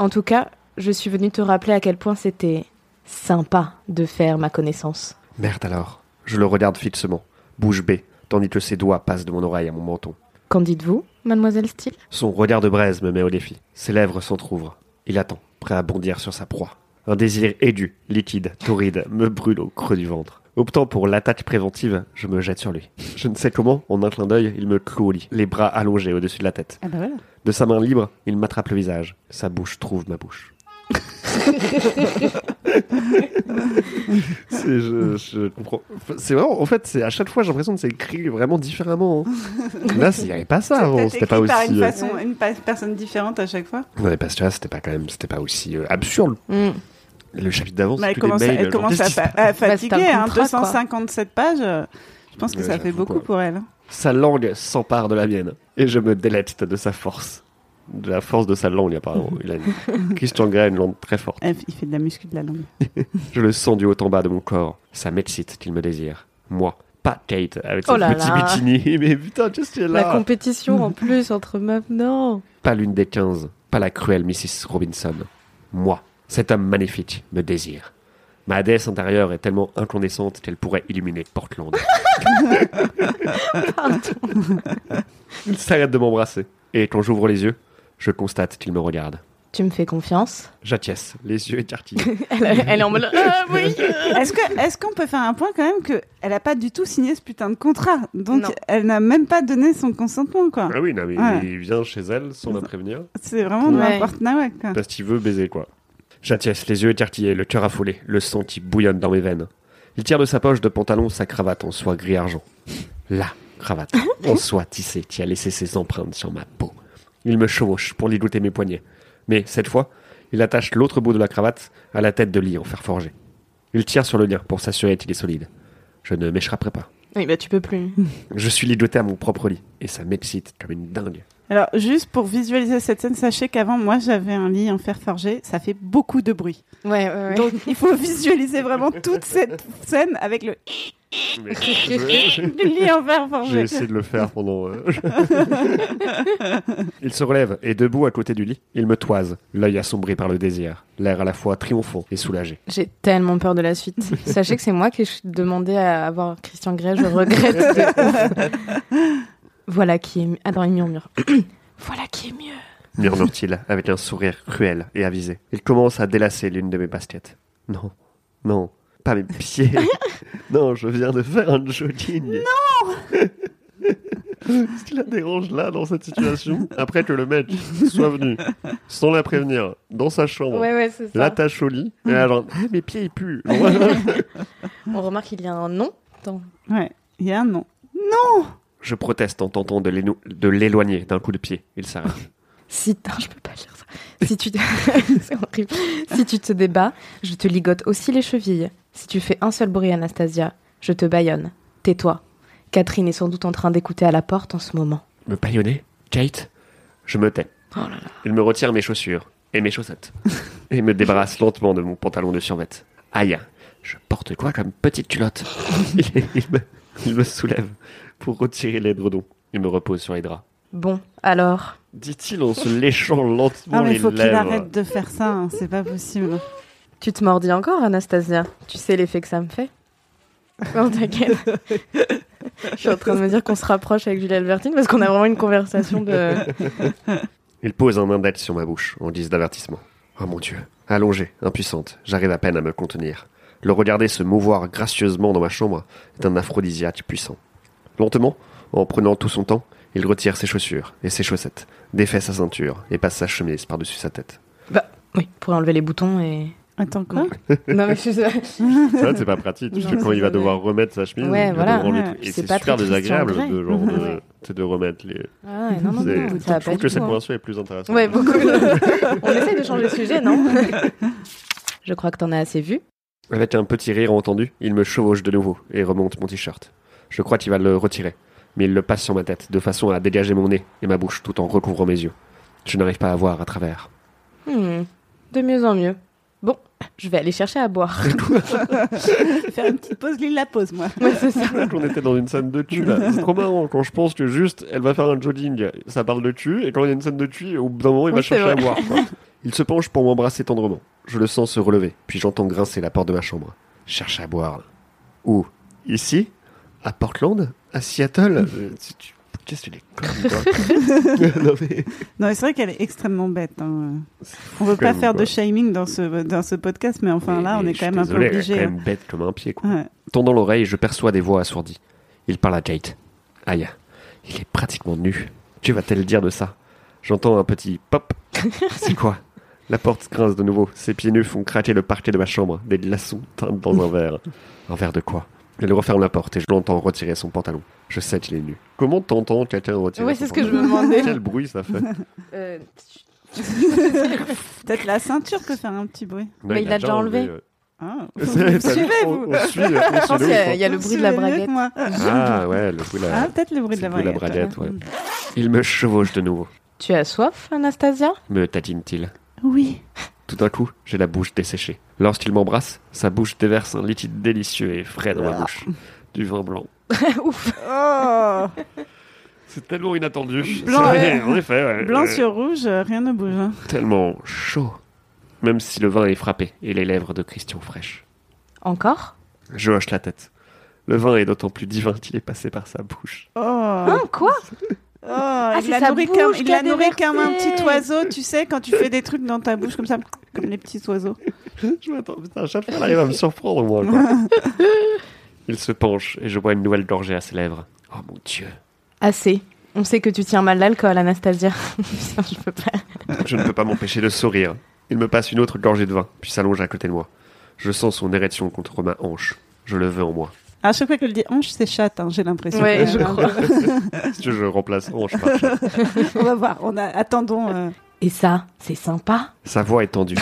[SPEAKER 6] En tout cas, je suis venue te rappeler à quel point c'était sympa de faire ma connaissance.
[SPEAKER 1] Merde alors. Je le regarde fixement, bouche bée, tandis que ses doigts passent de mon oreille à mon menton.
[SPEAKER 6] Qu'en dites-vous, mademoiselle Steele
[SPEAKER 1] Son regard de braise me met au défi. Ses lèvres s'entr'ouvrent. Il attend, prêt à bondir sur sa proie. Un désir aigu, liquide, torride, me brûle au creux du ventre. Optant pour l'attaque préventive, je me jette sur lui. Je ne sais comment, en un clin d'œil, il me cloue au lit, les bras allongés au-dessus de la tête.
[SPEAKER 3] Ah bah voilà.
[SPEAKER 1] De sa main libre, il m'attrape le visage. Sa bouche trouve ma bouche. [LAUGHS] c'est, je, je comprends. C'est vraiment, en fait, c'est à chaque fois, j'ai l'impression que c'est écrit vraiment différemment.
[SPEAKER 3] [LAUGHS]
[SPEAKER 1] hein. Là, il n'y avait pas ça avant. C'était pas
[SPEAKER 3] par une,
[SPEAKER 1] aussi. euh,
[SPEAKER 3] façon, une pa- personne différente à chaque fois.
[SPEAKER 1] Ouais, parce que tu vois, c'était pas quand même, c'était pas aussi euh, absurde.
[SPEAKER 6] Hmm.
[SPEAKER 1] Le chapitre d'avant, c'est
[SPEAKER 3] Bah, elle
[SPEAKER 1] tous les
[SPEAKER 3] commence, à-
[SPEAKER 1] mails.
[SPEAKER 3] elle
[SPEAKER 1] genre,
[SPEAKER 3] commence
[SPEAKER 1] qu'est-ce
[SPEAKER 3] à,
[SPEAKER 1] qui se
[SPEAKER 3] fa-
[SPEAKER 1] passe
[SPEAKER 3] à
[SPEAKER 6] Bah, c'est un
[SPEAKER 3] fatiguer. hein,
[SPEAKER 6] contrat, quoi.
[SPEAKER 3] 257 pages, euh, je pense que
[SPEAKER 1] Ouais,
[SPEAKER 3] ça
[SPEAKER 1] j'avoue,
[SPEAKER 3] fait beaucoup
[SPEAKER 1] quoi.
[SPEAKER 3] pour elle. hein.
[SPEAKER 1] Sa langue s'empare de la mienne et je me délecte de sa force, de la force de sa langue
[SPEAKER 3] [LAUGHS]
[SPEAKER 1] apparemment. Il a une... Christian Grey a une langue très forte.
[SPEAKER 3] Elle- il fait de la muscu de la langue.
[SPEAKER 1] Je le sens du haut en bas de mon corps. Ça m'excite qu'il me désire. Moi, pas Kate avec son
[SPEAKER 6] Oh là
[SPEAKER 1] petit
[SPEAKER 6] là.
[SPEAKER 1] bikini. [LAUGHS] Mais putain, qu'est-ce qu'elle
[SPEAKER 6] La
[SPEAKER 1] a
[SPEAKER 6] compétition en plus entre meufs, non
[SPEAKER 1] Pas l'une des 15, pas la cruelle Mrs. Robinson. Moi, cet homme magnifique, me désire. Ma déesse intérieure est tellement incandescente qu'elle pourrait illuminer Portland. [LAUGHS] Il s'arrête de m'embrasser. Et quand j'ouvre les yeux, je constate qu'il me regarde.
[SPEAKER 6] Tu me fais confiance
[SPEAKER 1] J'attiesse, les yeux écarquillés.
[SPEAKER 6] elle, elle est en mode Ah oui
[SPEAKER 3] [LAUGHS] Est-ce que- est-ce qu'on peut faire un point quand même qu'elle n'a pas du tout signé ce putain de contrat Donc
[SPEAKER 6] Non.
[SPEAKER 3] elle n'a même pas donné son consentement, quoi.
[SPEAKER 1] ah oui, non, mais
[SPEAKER 3] Ouais.
[SPEAKER 1] il vient chez elle sans la prévenir.
[SPEAKER 3] C'est vraiment
[SPEAKER 6] Ouais.
[SPEAKER 3] n'importe nawak, quoi.
[SPEAKER 1] [LAUGHS] Parce qu'il veut baiser, quoi. J'attiesse, les yeux écarquillés, le cœur affolé, le sang qui bouillonne dans mes veines. Il tire de sa poche de pantalon sa cravate en soie gris-argent. La cravate en soie tissée qui a laissé ses empreintes sur ma peau. Il me chevauche pour ligoter mes poignets. Mais cette fois, il attache l'autre bout de la cravate à la tête de lit en fer forgé. Il tire sur le lien pour s'assurer qu'il est solide. Je ne m'échapperai pas.
[SPEAKER 6] [LAUGHS] Oui, bah tu peux plus.
[SPEAKER 1] Je suis ligoté à mon propre lit et ça m'excite comme une dingue.
[SPEAKER 3] Alors, juste pour visualiser cette scène, sachez qu'avant, moi, j'avais un lit en fer forgé. Ça fait beaucoup de bruit.
[SPEAKER 6] Ouais, ouais, [LAUGHS] ouais.
[SPEAKER 3] Donc, il faut visualiser vraiment toute cette scène avec le lit en fer
[SPEAKER 1] J'ai
[SPEAKER 3] forgé.
[SPEAKER 1] essayé de le faire pendant. euh, [LAUGHS] il se relève et debout à côté du lit, il me toise, l'œil assombri par le désir, l'air à la fois triomphant et
[SPEAKER 6] [LAUGHS]
[SPEAKER 1] soulagé.
[SPEAKER 6] J'ai tellement peur de la suite. [LAUGHS] Sachez que c'est moi qui ai demandé à avoir Christian Grey, je regrette. [LAUGHS] de ouf. voilà qui est mieux. Ah non, il [COUGHS] murmure. voilà qui est mieux.
[SPEAKER 1] Murmure-t-il avec un sourire cruel et avisé. Il commence à délasser l'une de mes baskets. Non, non, pas mes
[SPEAKER 6] [LAUGHS]
[SPEAKER 1] pieds. non, je viens de faire un jogging. Non [LAUGHS] Ce qui la dérange là, dans cette situation, après que le mec soit venu, sans la prévenir, dans sa chambre,
[SPEAKER 6] Ouais, ouais, c'est ça. Mm.
[SPEAKER 1] l'attache au lit, et là, genre, Ah, mes pieds ils puent. Genre,
[SPEAKER 6] On remarque qu'il y a un nom. dans-
[SPEAKER 3] Ouais, il y a un nom.
[SPEAKER 1] Je proteste en tentant de l'éno- de l'éloigner d'un coup de pied. Il s'arrête.
[SPEAKER 6] Si... Non, [LAUGHS] je peux pas lire ça. Si tu... [LAUGHS] c'est horrible. Si tu te débats, je te ligote aussi les chevilles. Si tu fais un seul bruit, Anastasia, je te baillonne. Tais-toi. Catherine est sans doute en train d'écouter à la porte en ce moment.
[SPEAKER 1] [LAUGHS] me paillonner Kate Je me tais.
[SPEAKER 6] Oh là là.
[SPEAKER 1] Il me retire mes chaussures et mes chaussettes. et me débarrasse lentement de mon pantalon de survêt. Aïe, je porte quoi comme petite culotte [LAUGHS] il, est- il me, il me soulève pour retirer l'édredon. Il me repose sur les draps.
[SPEAKER 6] Bon, alors...
[SPEAKER 1] Dit-il en se léchant lentement
[SPEAKER 3] Ah, mais
[SPEAKER 1] les
[SPEAKER 3] il faut qu'il
[SPEAKER 1] lèvres.
[SPEAKER 3] arrête de faire ça. hein, C'est pas possible.
[SPEAKER 6] Tu te mordis encore, Anastasia Tu sais l'effet que ça me fait Non, t'inquiète. Je suis en train de me dire qu'on se rapproche avec Julie Albertine parce qu'on a vraiment une conversation de...
[SPEAKER 1] Il pose un index sur ma bouche en guise d'avertissement. Oh mon dieu. Allongée, impuissante, j'arrive à peine à me contenir. Le regarder se mouvoir gracieusement dans ma chambre est un aphrodisiaque puissant. Lentement, en prenant tout son temps, il retire ses chaussures et ses chaussettes, défait sa ceinture et passe sa chemise par-dessus sa tête.
[SPEAKER 6] Bah, oui, pour enlever les boutons et...
[SPEAKER 3] Attends, quoi
[SPEAKER 6] Non, mais je suis...
[SPEAKER 1] Ça, c'est pas pratique, parce
[SPEAKER 6] Non,
[SPEAKER 1] que quand
[SPEAKER 6] c'est
[SPEAKER 1] il va
[SPEAKER 6] pas
[SPEAKER 1] devoir remettre sa chemise, il
[SPEAKER 6] Ouais,
[SPEAKER 1] va
[SPEAKER 6] voilà.
[SPEAKER 1] devoir enlever
[SPEAKER 3] Ouais.
[SPEAKER 1] tout.
[SPEAKER 6] Puis
[SPEAKER 1] Et
[SPEAKER 6] c'est
[SPEAKER 1] c'est
[SPEAKER 6] pas
[SPEAKER 1] super
[SPEAKER 6] très Christian
[SPEAKER 1] désagréable
[SPEAKER 6] Grey.
[SPEAKER 1] de, genre, de-
[SPEAKER 6] [LAUGHS] Ouais.
[SPEAKER 1] c'est de remettre les.
[SPEAKER 6] Ah, ouais, non, non,
[SPEAKER 1] C'est-
[SPEAKER 6] non, ça va
[SPEAKER 1] Je
[SPEAKER 6] pas
[SPEAKER 1] trouve
[SPEAKER 6] du
[SPEAKER 1] que
[SPEAKER 6] tout,
[SPEAKER 1] cette
[SPEAKER 6] hein.
[SPEAKER 1] conversation est plus intéressante.
[SPEAKER 6] Ouais, [LAUGHS] beaucoup. On essaye de changer de sujet, non [LAUGHS] Je crois que t'en as assez vu.
[SPEAKER 1] Avec un petit rire entendu, il me chevauche de nouveau et remonte mon t-shirt. Je crois qu'il va le retirer. mais il le passe sur ma tête, de façon à dégager mon nez et ma bouche tout en recouvrant mes yeux. Je n'arrive pas à voir à travers.
[SPEAKER 6] Hmm, de mieux en mieux. Bon, je vais aller chercher à boire.
[SPEAKER 3] Je vais [LAUGHS] faire une petite pause, Lille la pause, moi.
[SPEAKER 6] Ouais, c'est ça.
[SPEAKER 1] On était dans une scène de tu là.
[SPEAKER 3] [LAUGHS]
[SPEAKER 1] C'est trop marrant quand je pense que juste elle va faire un jogging, ça parle de tu, et quand il y a une scène de tu, au bout d'un moment il va
[SPEAKER 6] Oui, c'est
[SPEAKER 1] chercher à
[SPEAKER 6] vrai.
[SPEAKER 1] boire. quoi.
[SPEAKER 3] [LAUGHS]
[SPEAKER 1] Il se penche pour m'embrasser tendrement. Je le sens se relever, puis j'entends grincer la porte de ma chambre. Cherche à boire. là. Où Ici À Portland À
[SPEAKER 3] [LAUGHS]
[SPEAKER 1] Seattle Euh, tu- tu- Qu'est-ce que tu les [LAUGHS] Non mais.
[SPEAKER 3] Non, mais c'est vrai qu'elle est extrêmement bête. hein. On veut
[SPEAKER 1] quand
[SPEAKER 3] pas
[SPEAKER 1] même,
[SPEAKER 3] faire
[SPEAKER 1] quoi.
[SPEAKER 3] de shaming dans ce, dans ce podcast, mais enfin là, on
[SPEAKER 1] Mais
[SPEAKER 3] est
[SPEAKER 1] je
[SPEAKER 3] quand
[SPEAKER 1] suis
[SPEAKER 3] même un peu
[SPEAKER 1] désolé, elle est
[SPEAKER 3] obligé.
[SPEAKER 1] quand même bête comme un pied quoi.
[SPEAKER 3] hein. Ouais.
[SPEAKER 1] Tendant l'oreille, je perçois des voix assourdies. Il parle à Kate. Aïe, il est pratiquement nu. Que va-t-elle dire de ça J'entends un petit [LAUGHS] pop. C'est quoi La porte grince de nouveau. Ses pieds nus font craquer le parquet de ma chambre. Des glaçons teintent dans un verre. Un verre de quoi Elle referme la porte et je l'entends retirer son pantalon. Je sais qu'il est nu. Comment t'entends quelqu'un retirer
[SPEAKER 6] Ouais,
[SPEAKER 1] son
[SPEAKER 6] c'est ce que je me
[SPEAKER 1] pantalon
[SPEAKER 6] [LAUGHS] demandais.
[SPEAKER 1] Quel bruit ça fait
[SPEAKER 6] Euh,
[SPEAKER 3] Peut-être la ceinture peut faire un petit bruit.
[SPEAKER 1] Non,
[SPEAKER 6] Bah, il l'a déjà enlevé. [LAUGHS]
[SPEAKER 1] euh,
[SPEAKER 3] Ah.
[SPEAKER 1] c'est- ça-
[SPEAKER 6] suivez,
[SPEAKER 1] on-
[SPEAKER 6] vous
[SPEAKER 1] on suit, on suit
[SPEAKER 6] je pense
[SPEAKER 1] de
[SPEAKER 6] qu'il y,
[SPEAKER 1] ouf,
[SPEAKER 6] a-
[SPEAKER 1] hein.
[SPEAKER 6] il y a le bruit de la
[SPEAKER 3] Vous vous souvenez
[SPEAKER 6] braguette.
[SPEAKER 3] de moi
[SPEAKER 1] Ah ouais, le bruit là.
[SPEAKER 6] Hein
[SPEAKER 3] Ah, peut-être le bruit de
[SPEAKER 1] C'est
[SPEAKER 3] la
[SPEAKER 1] le bruit de la
[SPEAKER 3] braguette.
[SPEAKER 1] braguette, Il me chevauche de nouveau,
[SPEAKER 6] Tu as soif, Anastasia
[SPEAKER 1] me tatine-t-il.
[SPEAKER 3] Oui.
[SPEAKER 1] Tout d'un coup, j'ai la bouche desséchée. Lorsqu'il m'embrasse, sa bouche déverse un liquide délicieux et frais dans ma bouche. Du vin blanc.
[SPEAKER 6] Ouf
[SPEAKER 3] Oh.
[SPEAKER 1] C'est tellement inattendu. [LAUGHS]
[SPEAKER 3] Blanc,
[SPEAKER 1] C'est vrai,
[SPEAKER 3] ouais.
[SPEAKER 1] En effet, ouais.
[SPEAKER 3] Blanc
[SPEAKER 1] Euh,
[SPEAKER 3] sur rouge, euh, rien ne bouge. hein.
[SPEAKER 1] Tellement chaud. Même si le vin est frappé et les lèvres de Christian fraîches.
[SPEAKER 6] Encore
[SPEAKER 1] Je hoche la tête. Le vin est d'autant plus divin qu'il est passé par sa bouche. [LAUGHS]
[SPEAKER 3] Oh.
[SPEAKER 6] Hein, quoi
[SPEAKER 3] Oh, il
[SPEAKER 6] c'est
[SPEAKER 3] la
[SPEAKER 6] sa
[SPEAKER 3] nourrit
[SPEAKER 6] bouche
[SPEAKER 3] comme, il
[SPEAKER 6] qui
[SPEAKER 3] la
[SPEAKER 6] a
[SPEAKER 3] nourrit comme un
[SPEAKER 6] déversé.
[SPEAKER 3] petit oiseau, tu sais, quand tu fais des trucs dans ta bouche comme ça, comme les petits oiseaux.
[SPEAKER 1] Je m'attends, putain, à chaque fois, elle arrive à me surprendre, moi. quoi. Il se penche et je vois une nouvelle gorgée à ses lèvres. Oh mon dieu.
[SPEAKER 6] Assez. On sait que tu tiens mal l'alcool, Anastasia. [LAUGHS] Putain, je peux pas.
[SPEAKER 1] Je ne peux pas m'empêcher de sourire. Il me passe une autre gorgée de vin, puis s'allonge à côté de moi. Je sens son érection contre ma hanche. Je le veux en moi.
[SPEAKER 3] À chaque fois que je dis hanche, c'est chatte, hein, j'ai l'impression.
[SPEAKER 6] Ouais, je
[SPEAKER 3] Euh,
[SPEAKER 6] crois.
[SPEAKER 1] Si tu veux, je remplace hanche par
[SPEAKER 6] [LAUGHS]
[SPEAKER 1] chat.
[SPEAKER 3] On va voir, on a, attendons. euh,
[SPEAKER 6] Et ça, c'est sympa
[SPEAKER 1] Sa voix est tendue.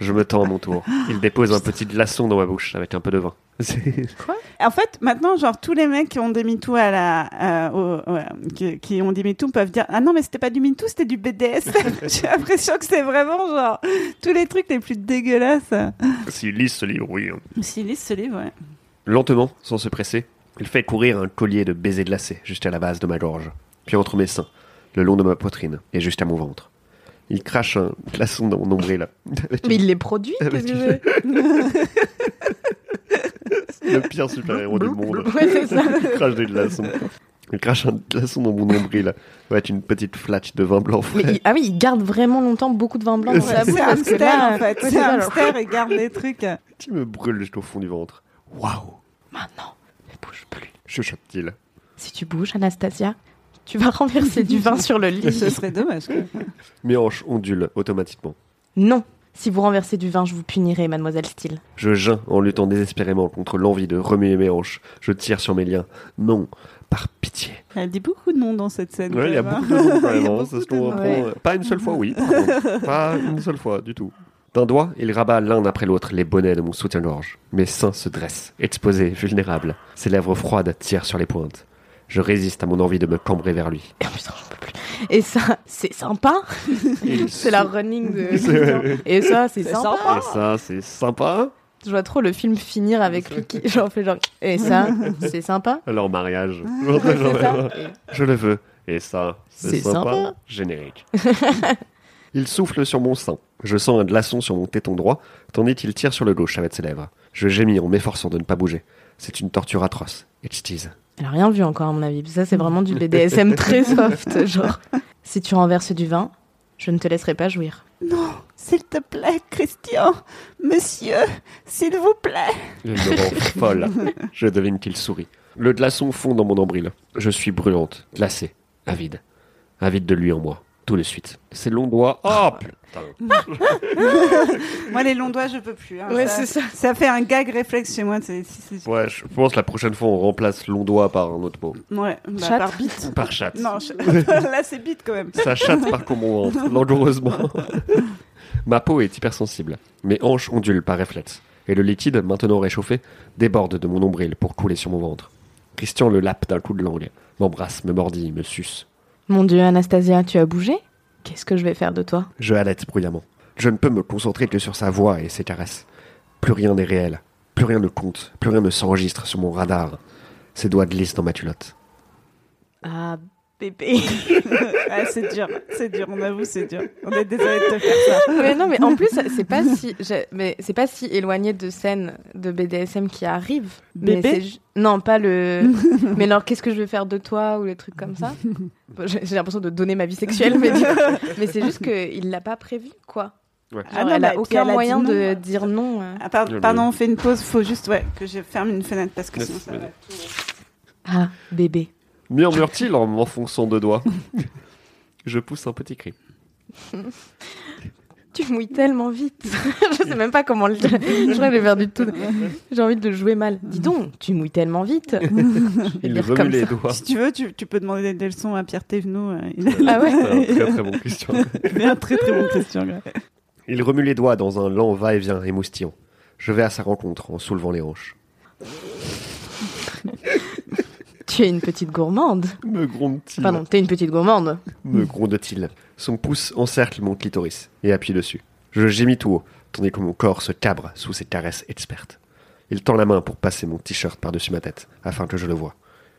[SPEAKER 1] Je me tends à mon tour. Il dépose un petit glaçon dans ma bouche avec un peu de vin. C'est-
[SPEAKER 3] En fait, maintenant, genre, tous les mecs qui ont des MeToo à la, à- au- ouais, qui, qui ont des MeToo peuvent dire, ah non, mais c'était pas du MeToo, c'était du BDSM. [LAUGHS] J'ai l'impression que c'est vraiment, genre, tous les trucs les plus dégueulasses.
[SPEAKER 1] [LAUGHS] S'il lit ce livre, oui.
[SPEAKER 3] Si lisent ce livre, ouais.
[SPEAKER 1] Lentement, sans se presser, il fait courir un collier de baisers glacés jusqu'à la base de ma gorge, puis entre mes seins, le long de ma poitrine et jusqu'à mon ventre. Il crache un glaçon dans mon [LAUGHS] nombril. avec
[SPEAKER 6] Mais il les produit
[SPEAKER 1] Ah,
[SPEAKER 6] qu'est-ce
[SPEAKER 1] mais
[SPEAKER 6] que
[SPEAKER 1] tu-
[SPEAKER 6] j'ai-
[SPEAKER 1] le pire super-héros du monde.
[SPEAKER 6] Ouais, c'est ça.
[SPEAKER 1] Il crache des glaçons. Il crache un glaçon dans mon nombril. Ça va être une petite flatte de vin blanc frais.
[SPEAKER 6] Mais il- Ah oui, il garde vraiment longtemps beaucoup de vin blanc dans sa bouche.
[SPEAKER 3] Euh, C'est un
[SPEAKER 6] parce que
[SPEAKER 3] hamster,
[SPEAKER 6] là-
[SPEAKER 3] en fait.
[SPEAKER 6] Ouais,
[SPEAKER 3] C'est un
[SPEAKER 6] ça, genre,
[SPEAKER 3] hamster, il garde des trucs.
[SPEAKER 1] Tu me brûles jusqu'au fond du ventre. Waouh
[SPEAKER 6] Maintenant, ne bouge plus.
[SPEAKER 1] Chuchote-t-il.
[SPEAKER 6] Si tu bouges, Anastasia, tu vas [LAUGHS] renverser du vin sur le
[SPEAKER 3] [LAUGHS] Ce
[SPEAKER 6] lit.
[SPEAKER 3] serait dommage. quoi.
[SPEAKER 1] Mes hanches ondulent automatiquement.
[SPEAKER 6] Non Si vous renversez du vin, je vous punirai, mademoiselle Steele.
[SPEAKER 1] Je geins en luttant désespérément contre l'envie de remuer mes hanches. Je tire sur mes liens. Non, par pitié.
[SPEAKER 3] Elle dit beaucoup de noms dans cette scène.
[SPEAKER 1] Ouais, il y a
[SPEAKER 3] quand même,
[SPEAKER 1] beaucoup de noms quand
[SPEAKER 3] [LAUGHS] Il y
[SPEAKER 1] même,
[SPEAKER 3] a
[SPEAKER 1] hein,
[SPEAKER 3] beaucoup
[SPEAKER 1] c'est ce
[SPEAKER 3] de
[SPEAKER 1] qu'on
[SPEAKER 3] noms.
[SPEAKER 1] reprend.
[SPEAKER 6] Ouais.
[SPEAKER 1] Pas une seule fois, oui. par
[SPEAKER 3] [LAUGHS]
[SPEAKER 1] contre. Pas une seule fois, du tout. D'un doigt, il rabat l'un après l'autre les bonnets de mon soutien-gorge. Mes seins se dressent, exposés, vulnérables. Ses lèvres froides tirent sur les pointes. Je résiste à mon envie de me cambrer vers
[SPEAKER 3] [LAUGHS]
[SPEAKER 1] lui.
[SPEAKER 6] Et putain, j'en peux plus. Et ça, c'est sympa. C'est la running de.
[SPEAKER 1] C'est-
[SPEAKER 6] Et ça, c'est
[SPEAKER 3] C'est
[SPEAKER 6] sympa.
[SPEAKER 3] sympa.
[SPEAKER 1] Et ça, c'est sympa.
[SPEAKER 6] Je vois trop le film finir avec lui [LAUGHS] qui. Genre, fait genre.
[SPEAKER 3] [LAUGHS]
[SPEAKER 6] Et ça, c'est sympa.
[SPEAKER 1] Leur mariage.
[SPEAKER 6] Ouais, c'est ça.
[SPEAKER 1] Je le veux. Et ça, c'est
[SPEAKER 6] C'est
[SPEAKER 1] sympa.
[SPEAKER 6] sympa. [LAUGHS]
[SPEAKER 1] Générique. il souffle sur mon sein. Je sens un glaçon sur mon téton droit, tandis qu'il tire sur le gauche avec ses lèvres. Je gémis en m'efforçant de ne pas bouger. C'est une torture atroce. It is.
[SPEAKER 6] Elle a rien vu encore, à mon avis. Ça, c'est vraiment
[SPEAKER 3] [LAUGHS]
[SPEAKER 6] du BDSM très soft. Genre, si tu renverses du vin, je ne te laisserai pas jouir.
[SPEAKER 3] Non, s'il te plaît, Christian, monsieur, s'il vous plaît.
[SPEAKER 1] Il me
[SPEAKER 6] [LAUGHS]
[SPEAKER 1] rend folle. Je devine qu'il sourit. Le glaçon fond dans mon nombril. Je suis brûlante, glacée, avide. Avide de lui en moi. Tout de suite. Ses longs doigts. Oh putain
[SPEAKER 3] Moi, les longs doigts, je peux plus. hein, ça-
[SPEAKER 6] ça.
[SPEAKER 3] Ça fait un gag réflexe chez moi. c'est- c'est- c'est-
[SPEAKER 1] Ouais, je pense la prochaine fois on remplace long doigt par un autre mot.
[SPEAKER 3] Ouais, bah,
[SPEAKER 6] Chat.
[SPEAKER 3] par bite.
[SPEAKER 1] Par chatte.
[SPEAKER 3] Non, je- [LAUGHS] là, c'est bite quand même.
[SPEAKER 1] Ça chatte par contre mon ventre, langoureusement. Ma peau est hypersensible. Mes hanches ondulent par réflexe. Et le liquide, maintenant réchauffé, déborde de mon nombril pour couler sur mon ventre. Christian le lappe d'un coup de langue, m'embrasse, me mordit, me suce.
[SPEAKER 6] Mon Dieu, Anastasia, tu as bougé Qu'est-ce que je vais faire de toi
[SPEAKER 1] Je halète bruyamment. Je ne peux me concentrer que sur sa voix et ses caresses. Plus rien n'est réel. Plus rien ne compte. Plus rien ne s'enregistre sur mon radar. Ses doigts glissent dans ma culotte.
[SPEAKER 6] Ah,
[SPEAKER 3] [LAUGHS]
[SPEAKER 6] bébé.
[SPEAKER 3] Ouais, Ah, c'est dur, c'est dur, on avoue, c'est dur. On est désolé de te faire ça.
[SPEAKER 6] mais non,
[SPEAKER 3] [LAUGHS]
[SPEAKER 6] mais en plus, c'est pas si, j'ai- mais c'est pas si éloigné de scènes de BDSM qui arrivent. Mais
[SPEAKER 3] Bébé
[SPEAKER 6] c'est ju- Non,
[SPEAKER 3] [LAUGHS]
[SPEAKER 6] pas le. mais alors, qu'est-ce que je vais faire de toi ou les trucs comme ça Bon, J'ai j'ai l'impression de donner ma vie sexuelle,
[SPEAKER 3] [LAUGHS]
[SPEAKER 6] mais, du- mais c'est juste qu'il l'a pas prévu, quoi.
[SPEAKER 1] Ouais.
[SPEAKER 6] Genre,
[SPEAKER 3] Ah non,
[SPEAKER 6] elle
[SPEAKER 3] mais
[SPEAKER 6] a
[SPEAKER 3] puis
[SPEAKER 6] aucun
[SPEAKER 3] elle a dit
[SPEAKER 6] moyen
[SPEAKER 3] non,
[SPEAKER 6] de
[SPEAKER 3] quoi.
[SPEAKER 6] dire non. euh.
[SPEAKER 3] Ah, par-
[SPEAKER 1] Je le-
[SPEAKER 3] pardon, on fait une pause, faut juste ouais, que je ferme une fenêtre parce que
[SPEAKER 1] Yes,
[SPEAKER 3] sinon ça va.
[SPEAKER 1] vas-y.
[SPEAKER 6] Ah, bébé.
[SPEAKER 1] Murmure-t-il en m'enfonçant deux doigts. [LAUGHS] Je pousse un petit cri.
[SPEAKER 6] Tu mouilles tellement vite. [LAUGHS] je sais même pas comment le dire. Je crois que je vais faire du tout. J'ai envie de jouer mal. Dis donc, tu mouilles tellement vite. Je vais
[SPEAKER 1] Il
[SPEAKER 6] dire comme
[SPEAKER 1] remue les [LAUGHS]
[SPEAKER 6] ça.
[SPEAKER 1] doigts.
[SPEAKER 3] Si tu veux, tu, tu peux demander des leçons à Pierre Thévenot. euh, il
[SPEAKER 6] Ah ouais
[SPEAKER 1] C'est un très très [LAUGHS] bon Christian.
[SPEAKER 3] il est un très très bon question.
[SPEAKER 1] Il remue les doigts dans un lent va-et-vient émoustillant. Je vais à sa rencontre en soulevant les hanches.
[SPEAKER 6] Tu es une petite gourmande.
[SPEAKER 1] Me gronde-t-il
[SPEAKER 6] Pardon, t'es une petite gourmande.
[SPEAKER 1] Me gronde-t-il. Son pouce encercle mon clitoris et appuie dessus. Je gémis tout haut, tandis que mon corps se cabre sous ses caresses expertes. Il tend la main pour passer mon t-shirt par-dessus ma tête, afin que je le voie.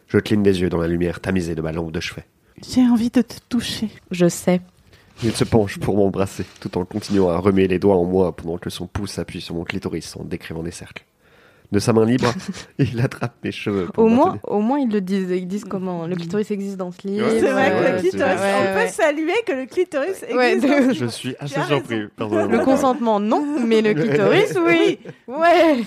[SPEAKER 1] Je cligne des yeux dans la lumière tamisée de ma lampe de chevet.
[SPEAKER 3] J'ai envie de te toucher.
[SPEAKER 6] Je sais.
[SPEAKER 1] Il se penche pour m'embrasser, tout en continuant à remuer les doigts en moi pendant que son pouce appuie sur mon clitoris en décrivant des cercles. De sa main
[SPEAKER 6] [LAUGHS]
[SPEAKER 1] libre, il attrape mes cheveux. pour
[SPEAKER 6] Au
[SPEAKER 1] m'en
[SPEAKER 6] moins,
[SPEAKER 1] tenir.
[SPEAKER 6] au moins, ils le disent. Ils disent comment le clitoris existe dans ce livre.
[SPEAKER 1] Ouais,
[SPEAKER 3] C'est vrai que
[SPEAKER 1] ouais,
[SPEAKER 3] le
[SPEAKER 1] c'est-
[SPEAKER 3] clitoris,
[SPEAKER 1] ouais,
[SPEAKER 3] on peut saluer que le clitoris existe.
[SPEAKER 6] Ouais, de-
[SPEAKER 3] dans ce
[SPEAKER 1] Je
[SPEAKER 3] monde.
[SPEAKER 1] suis
[SPEAKER 3] Tu
[SPEAKER 1] assez
[SPEAKER 3] as
[SPEAKER 1] surpris.
[SPEAKER 6] Le
[SPEAKER 1] personnellement.
[SPEAKER 6] consentement, non, mais le clitoris, [LAUGHS] oui. Ouais.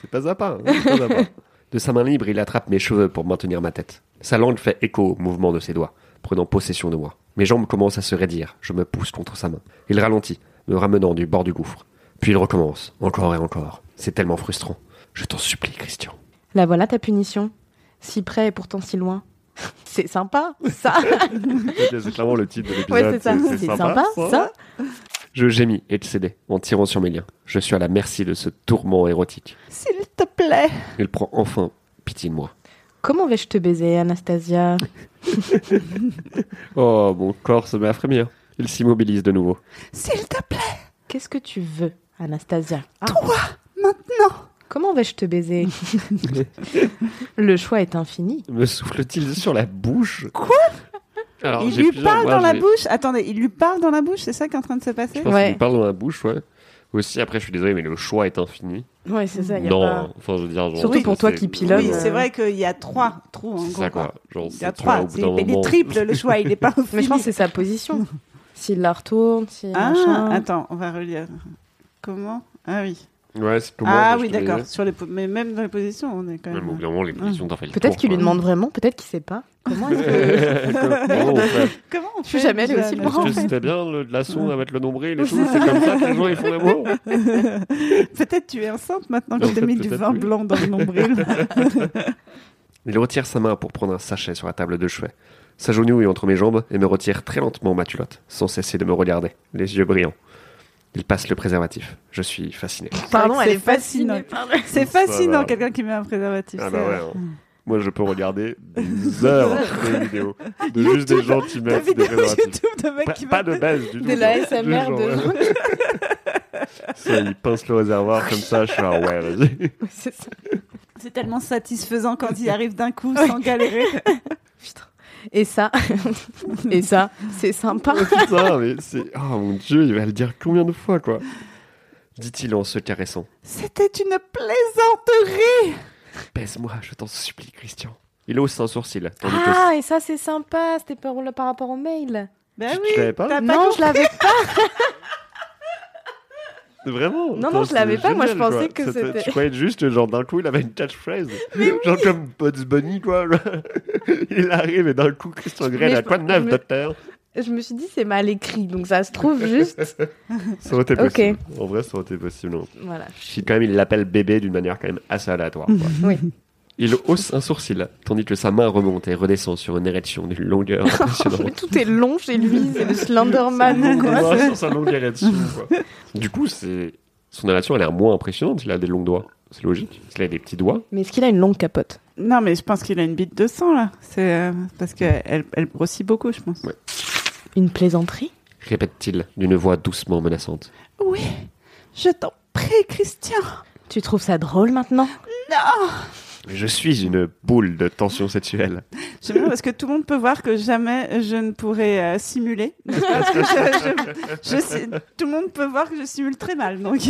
[SPEAKER 1] C'est pas à pas, hein, c'est pas à pas. De sa main libre, il attrape mes cheveux pour maintenir ma tête. Sa langue fait écho au mouvement de ses doigts, prenant possession de moi. Mes jambes commencent à se raidir, je me pousse contre sa main. Il ralentit, me ramenant du bord du gouffre. Puis il recommence, encore et encore. C'est tellement frustrant. Je t'en supplie, Christian.
[SPEAKER 6] La voilà ta punition. Si près et pourtant si loin. [LAUGHS] C'est sympa, ça.
[SPEAKER 1] C'est clairement le titre de
[SPEAKER 6] Ouais, c'est ça. C'est sympa, ça.
[SPEAKER 1] Je gémis, excédé, en tirant sur mes liens. Je suis à la merci de ce tourment érotique.
[SPEAKER 3] S'il te plaît.
[SPEAKER 1] Il prend enfin pitié de moi.
[SPEAKER 6] Comment vais-je te baiser, Anastasia
[SPEAKER 1] Oh, mon corps se met à frémir. Il s'immobilise de nouveau.
[SPEAKER 3] S'il te plaît.
[SPEAKER 6] Qu'est-ce que tu veux, Anastasia
[SPEAKER 3] Toi, maintenant.
[SPEAKER 6] Comment vais-je te [LAUGHS] baiser Le choix est infini.
[SPEAKER 1] Me souffle-t-il sur la bouche
[SPEAKER 3] Quoi
[SPEAKER 1] Alors,
[SPEAKER 3] il
[SPEAKER 1] j'ai
[SPEAKER 3] lui
[SPEAKER 1] plusieurs-
[SPEAKER 3] parle
[SPEAKER 1] moi,
[SPEAKER 3] dans la
[SPEAKER 1] j'ai-
[SPEAKER 3] bouche. Attendez, il lui parle dans la bouche, c'est ça qui est en train de se passer
[SPEAKER 1] Je pense
[SPEAKER 6] Ouais.
[SPEAKER 1] qu'il lui parle dans la bouche, ouais. Aussi, après, je suis désolé, mais le choix est infini.
[SPEAKER 6] Ouais, c'est ça. y a
[SPEAKER 1] non,
[SPEAKER 6] pas-
[SPEAKER 1] enfin, je veux dire, genre,
[SPEAKER 6] Surtout
[SPEAKER 1] ça,
[SPEAKER 6] pour toi
[SPEAKER 1] c'est-
[SPEAKER 6] qui pilote.
[SPEAKER 3] Oui,
[SPEAKER 6] euh,
[SPEAKER 3] c'est vrai qu'il y a trois trous en
[SPEAKER 1] C'est
[SPEAKER 3] gros.
[SPEAKER 1] ça, quoi. Genre,
[SPEAKER 3] Il y a
[SPEAKER 1] c'est
[SPEAKER 3] trois.
[SPEAKER 1] au bout
[SPEAKER 3] c'est-
[SPEAKER 1] d'un
[SPEAKER 3] Il est
[SPEAKER 1] moment-
[SPEAKER 3] triple le choix, il
[SPEAKER 1] [LAUGHS]
[SPEAKER 3] n'est pas au
[SPEAKER 6] Mais je pense que c'est sa position. S'il la retourne, si
[SPEAKER 3] Ah,
[SPEAKER 6] machin. hein.
[SPEAKER 3] attends, on va relire. Comment Ah oui.
[SPEAKER 1] Ouais, c'est comment
[SPEAKER 3] ah
[SPEAKER 1] je
[SPEAKER 3] oui,
[SPEAKER 1] te disais.
[SPEAKER 3] d'accord. Ah. Sur les po- mais même dans les positions, on est quand
[SPEAKER 1] Même au bout
[SPEAKER 3] même.
[SPEAKER 1] d'un moment, les positions, t'en fais le
[SPEAKER 6] Peut-être
[SPEAKER 1] tour,
[SPEAKER 6] qu'il lui
[SPEAKER 1] quoi.
[SPEAKER 6] demande vraiment, peut-être qu'il sait pas.
[SPEAKER 3] [LAUGHS]
[SPEAKER 6] Comment est-ce que...
[SPEAKER 3] euh,
[SPEAKER 1] [LAUGHS] Comment on fait
[SPEAKER 3] Comment on
[SPEAKER 6] Je suis
[SPEAKER 3] fait
[SPEAKER 6] jamais allée
[SPEAKER 3] la-
[SPEAKER 6] aussi
[SPEAKER 3] la-
[SPEAKER 6] loin.
[SPEAKER 1] Est-ce que c'était bien le, de la sonde avec le nombril et tout C'est comme ça que les gens ils font l'amour
[SPEAKER 3] [LAUGHS] Peut-être tu es enceinte maintenant
[SPEAKER 1] En
[SPEAKER 3] que
[SPEAKER 1] fait,
[SPEAKER 3] t'as mis du
[SPEAKER 1] peut-être,
[SPEAKER 3] vin
[SPEAKER 1] oui.
[SPEAKER 3] blanc dans
[SPEAKER 1] [LAUGHS]
[SPEAKER 3] le nombril.
[SPEAKER 1] Il retire sa main pour prendre un sachet sur la table de chevet. S'agenouille entre mes jambes et me retire très lentement ma culotte, sans cesser de me regarder, les yeux brillants. Il passe le préservatif. Je suis fasciné.
[SPEAKER 6] Pardon,
[SPEAKER 3] C'est
[SPEAKER 6] elle est
[SPEAKER 3] fascinant.
[SPEAKER 6] fascinée. pardon.
[SPEAKER 3] C'est
[SPEAKER 1] Ça
[SPEAKER 3] fascinant,
[SPEAKER 1] va.
[SPEAKER 3] quelqu'un qui met un préservatif.
[SPEAKER 1] Ah
[SPEAKER 3] c'est
[SPEAKER 1] bah
[SPEAKER 3] vrai.
[SPEAKER 1] ouais. hein.
[SPEAKER 6] euh,
[SPEAKER 1] Moi, je [LAUGHS] peux
[SPEAKER 6] [LAUGHS]
[SPEAKER 1] regarder des heures de vidéos de juste des gens qui
[SPEAKER 3] T'as
[SPEAKER 1] mettent
[SPEAKER 3] vu
[SPEAKER 1] des
[SPEAKER 3] des
[SPEAKER 1] préservatifs.
[SPEAKER 3] YouTube de mecs
[SPEAKER 1] Pas,
[SPEAKER 3] qui
[SPEAKER 1] pas
[SPEAKER 3] mettent-
[SPEAKER 1] de baisse du tout.
[SPEAKER 6] De la
[SPEAKER 1] genre,
[SPEAKER 6] ASMR
[SPEAKER 1] genre,
[SPEAKER 6] de
[SPEAKER 1] ouais.
[SPEAKER 6] gens.
[SPEAKER 1] [LAUGHS] Ça, ils pincent le réservoir comme ça, je suis genre, ouais, vas-y.
[SPEAKER 6] Ouais, c'est ça.
[SPEAKER 3] C'est tellement satisfaisant quand il arrive d'un [LAUGHS] coup sans galérer.
[SPEAKER 6] Putain. Et ça, et ça, c'est sympa.
[SPEAKER 1] Oh, putain, mais c'est. Oh mon dieu, il va le dire combien de fois, quoi Dit-il en se caressant.
[SPEAKER 3] C'était une plaisanterie.
[SPEAKER 1] Baise-moi, je t'en supplie, Christian. Il hausse un sourcil, tandis que
[SPEAKER 6] Ah, et ça, c'est sympa. C'était par, par rapport au mail.
[SPEAKER 3] Ben
[SPEAKER 1] [LAUGHS] Tu- tu l'avais
[SPEAKER 3] oui.
[SPEAKER 1] pas
[SPEAKER 3] t'as
[SPEAKER 6] Non, je l'avais pas.
[SPEAKER 1] Vraiment
[SPEAKER 6] Non, non, je l'avais pas, moi, je pensais que c'était-
[SPEAKER 1] Tu croyais juste, genre, d'un coup, il avait une catchphrase. genre comme Bugs Bunny, quoi. [LAUGHS] il arrive et d'un coup, Christian
[SPEAKER 6] [LAUGHS] Mais
[SPEAKER 1] Grey,
[SPEAKER 6] je
[SPEAKER 1] a quoi de neuf,
[SPEAKER 6] me-
[SPEAKER 1] docteur
[SPEAKER 6] Je me suis dit, c'est mal écrit. Donc ça se trouve juste.
[SPEAKER 1] Ça aurait été
[SPEAKER 6] Ok.
[SPEAKER 1] possible. En vrai, ça aurait été possible. hein. Non.
[SPEAKER 6] Voilà.
[SPEAKER 1] Si quand même, il l'appelle bébé d'une manière quand même assez aléatoire. quoi.
[SPEAKER 6] [LAUGHS] Oui.
[SPEAKER 1] Il hausse un sourcil, tandis que sa main remonte et redescend sur une érection d'une
[SPEAKER 6] [LAUGHS]
[SPEAKER 1] longueur impressionnante.
[SPEAKER 6] Tout est long chez lui. C'est le Slenderman.
[SPEAKER 1] Ou
[SPEAKER 6] quoi.
[SPEAKER 1] alors sur sa longue érection, quoi. [LAUGHS] Du coup, c'est son érection a l'air moins impressionnante. Il a des longs doigts. C'est logique. Il a des petits doigts.
[SPEAKER 6] Mais est-ce qu'il a une longue capote
[SPEAKER 3] Non, mais je pense qu'il a une bite de sang, là. C'est euh, parce qu'elle elle grossit beaucoup, je pense.
[SPEAKER 6] Une plaisanterie
[SPEAKER 1] répète-t-il d'une voix doucement menaçante.
[SPEAKER 3] Oui, je t'en prie, Christian.
[SPEAKER 6] Tu trouves ça drôle maintenant
[SPEAKER 3] Non
[SPEAKER 1] Je suis une boule de tension sexuelle.
[SPEAKER 3] J'aime bien parce que tout le monde peut voir que jamais je ne pourrais
[SPEAKER 1] [LAUGHS]
[SPEAKER 3] euh, simuler. Parce que je- je- je si- tout le monde peut voir que je simule très mal. [LAUGHS] Donc.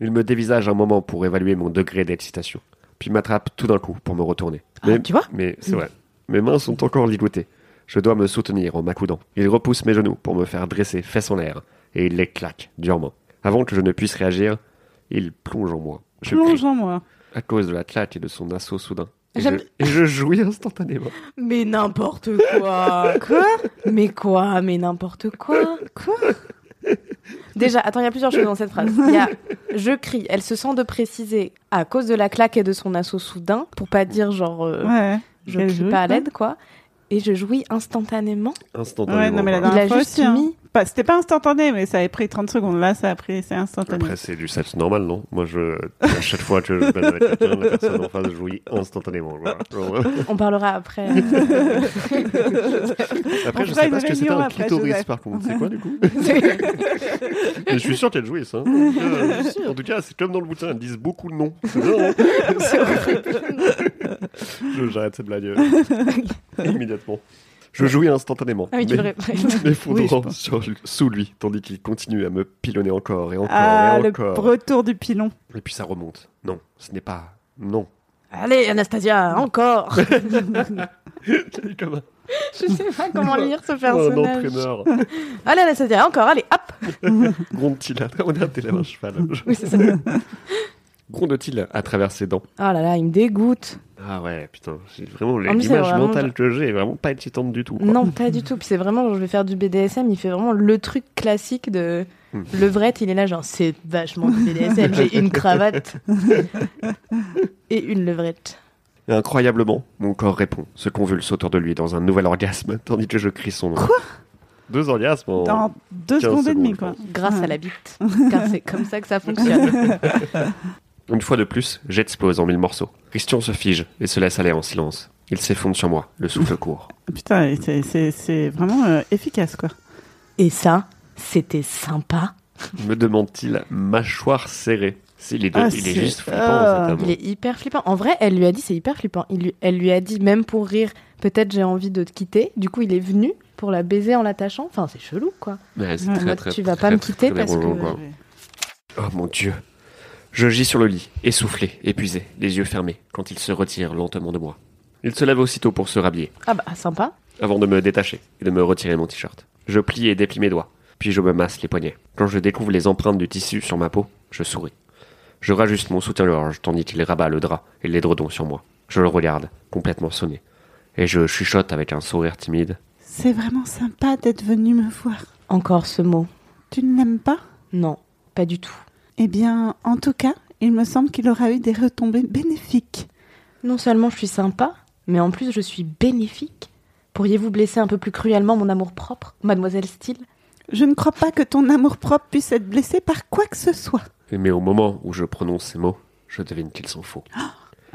[SPEAKER 1] Il me dévisage un moment pour évaluer mon degré d'excitation, puis m'attrape tout d'un coup pour me retourner.
[SPEAKER 6] Ah,
[SPEAKER 1] Mais,
[SPEAKER 6] Tu vois
[SPEAKER 1] mais c'est vrai, mes mains sont encore ligotées. Je dois me soutenir en m'accoudant. Il repousse mes genoux pour me faire dresser fesses en l'air, et il les claque durement. Avant que je ne puisse réagir, il plonge en moi. Je
[SPEAKER 3] Plonge
[SPEAKER 1] crie
[SPEAKER 3] en moi.
[SPEAKER 1] à cause de la claque et de son assaut soudain. Et je,
[SPEAKER 6] J'aime-
[SPEAKER 1] et je jouis instantanément.
[SPEAKER 6] Mais n'importe quoi Quoi Mais quoi Mais n'importe quoi Quoi Déjà, attends, il y a plusieurs choses dans cette phrase. Il y a « je crie », elle se sent de préciser à cause de la claque et de son assaut soudain, pour pas dire genre euh,
[SPEAKER 3] Ouais.
[SPEAKER 6] je
[SPEAKER 3] Elle
[SPEAKER 6] crie
[SPEAKER 3] joue,
[SPEAKER 6] pas à
[SPEAKER 3] quoi.
[SPEAKER 6] l'aide, quoi. Et je jouis instantanément.
[SPEAKER 1] Instantanément.
[SPEAKER 3] Ouais, non, mais la
[SPEAKER 1] voilà.
[SPEAKER 6] Il a
[SPEAKER 3] dernière fois
[SPEAKER 6] juste
[SPEAKER 3] aussi. hein.
[SPEAKER 6] mis.
[SPEAKER 3] Pas- C'était pas instantané, mais ça avait pris 30 secondes. Là, ça a pris. C'est instantané.
[SPEAKER 1] Après, c'est du sexe normal, non Moi, je, à chaque fois que je baise avec quelqu'un, la personne en face jouit instantanément. Voilà. Genre,
[SPEAKER 3] hein.
[SPEAKER 6] On parlera après. euh,
[SPEAKER 3] [LAUGHS]
[SPEAKER 1] Après,
[SPEAKER 3] On
[SPEAKER 1] je
[SPEAKER 3] fera
[SPEAKER 1] sais
[SPEAKER 3] une
[SPEAKER 1] pas ce que c'était
[SPEAKER 3] réunion
[SPEAKER 1] un
[SPEAKER 3] après,
[SPEAKER 1] clitoris
[SPEAKER 3] Joseph.
[SPEAKER 1] par contre. C'est quoi du
[SPEAKER 3] [LAUGHS]
[SPEAKER 1] coup Mais Je suis sûr qu'elles jouissent. Hein. Euh, en tout cas, c'est comme dans le bouquin, elles disent beaucoup de noms. C'est
[SPEAKER 3] [LAUGHS]
[SPEAKER 1] bien, hein [LAUGHS] Je- J'arrête cette blague
[SPEAKER 3] [LAUGHS]
[SPEAKER 1] euh, immédiatement. Je jouis instantanément.
[SPEAKER 6] Ah oui, tu
[SPEAKER 1] mais- [LAUGHS]
[SPEAKER 6] verrais.
[SPEAKER 1] mais foudrant
[SPEAKER 3] je pense.
[SPEAKER 1] sur- sous lui, tandis qu'il continue à me pilonner encore et encore
[SPEAKER 3] Ah,
[SPEAKER 1] et
[SPEAKER 3] le
[SPEAKER 1] encore.
[SPEAKER 3] retour du pilon.
[SPEAKER 1] Et puis ça remonte. Non, ce n'est pas. Non.
[SPEAKER 6] Allez, Anastasia, encore [LAUGHS]
[SPEAKER 1] comme un,
[SPEAKER 6] Je sais pas comment lire ce
[SPEAKER 1] un
[SPEAKER 6] [LAUGHS] personnage.
[SPEAKER 1] entraîneur.
[SPEAKER 6] Allez, Anastasia, encore, allez, hop
[SPEAKER 1] Gronde-t-il à... [LAUGHS] On a un cheval.
[SPEAKER 6] Oui, c'est ça.
[SPEAKER 1] Gronde-t-il à travers ses dents
[SPEAKER 6] Oh là là, il me dégoûte.
[SPEAKER 1] Ah ouais, putain, j'ai vraiment
[SPEAKER 6] En plus, c'est
[SPEAKER 1] l'image
[SPEAKER 6] vraiment-
[SPEAKER 1] mentale que j'ai est vraiment pas excitante du tout. quoi.
[SPEAKER 6] Non, pas du tout. Puis c'est vraiment, genre, je vais faire du BDSM. Il fait vraiment le truc classique de
[SPEAKER 1] Hmm.
[SPEAKER 6] levrette. Il est là, genre, c'est vachement du BDSM. J'ai une cravate et une levrette.
[SPEAKER 1] Et Incroyablement, mon corps répond, se convulse autour de lui dans un nouvel orgasme, [LAUGHS] tandis que je crie son nom. Quoi Deux orgasmes en-
[SPEAKER 3] Dans deux
[SPEAKER 1] 15
[SPEAKER 3] secondes et demie, quoi.
[SPEAKER 1] secondes,
[SPEAKER 6] Grâce
[SPEAKER 3] Ouais.
[SPEAKER 6] à la bite. Car c'est comme ça que ça fonctionne.
[SPEAKER 1] Une fois de plus, j'explose en mille morceaux. Christian se fige et se laisse aller en silence. Il s'effondre sur moi, le souffle court.
[SPEAKER 3] Putain, et c'est- c'est c'est vraiment euh, efficace, quoi.
[SPEAKER 6] Et ça, c'était sympa.
[SPEAKER 1] Me demande-t-il, mâchoire serrée. Si, il est, de-
[SPEAKER 3] Ah,
[SPEAKER 1] il est
[SPEAKER 3] c'est-
[SPEAKER 1] juste flippant,
[SPEAKER 3] Ah,
[SPEAKER 1] cet homme.
[SPEAKER 6] oh, Il est hyper flippant. En vrai, elle lui a dit, c'est hyper flippant. Il lui- elle lui a dit, même pour rire, peut-être j'ai envie de te quitter. Du coup, il est venu pour la baiser en l'attachant. Enfin, c'est chelou, quoi.
[SPEAKER 1] Ouais, c'est
[SPEAKER 3] En
[SPEAKER 1] très,
[SPEAKER 6] mode,
[SPEAKER 1] très,
[SPEAKER 6] Ah, tu vas
[SPEAKER 1] très,
[SPEAKER 6] pas me
[SPEAKER 1] très,
[SPEAKER 6] quitter
[SPEAKER 1] très
[SPEAKER 6] parce
[SPEAKER 1] relou,
[SPEAKER 6] que-
[SPEAKER 1] quoi. Oh mon dieu. Je gis sur le lit, essoufflé, épuisé, les yeux fermés, quand il se retire lentement de moi. Il se lève aussitôt pour se rhabiller,
[SPEAKER 6] Ah bah, sympa.
[SPEAKER 1] avant de me détacher et de me retirer mon t-shirt. Je plie et déplie mes doigts, puis je me masse les poignets. Quand je découvre les empreintes du tissu sur ma peau, je souris. Je rajuste mon soutien-gorge tandis qu'il rabat le drap et l'édredon sur moi. Je le regarde, complètement sonné. Et je chuchote avec un sourire timide.
[SPEAKER 3] C'est vraiment sympa d'être venu me voir.
[SPEAKER 6] Encore ce mot.
[SPEAKER 3] Tu ne l'aimes pas
[SPEAKER 6] Non, pas du tout.
[SPEAKER 3] Eh bien, en tout cas, il me semble qu'il aura eu des retombées bénéfiques.
[SPEAKER 6] Non seulement je suis sympa, mais en plus je suis bénéfique. Pourriez-vous blesser un peu plus cruellement mon amour propre, mademoiselle Steele
[SPEAKER 3] Je ne crois pas que ton amour-propre puisse être blessé par quoi que ce soit.
[SPEAKER 1] Mais au moment où je prononce ces mots, je devine qu'il s'en faut.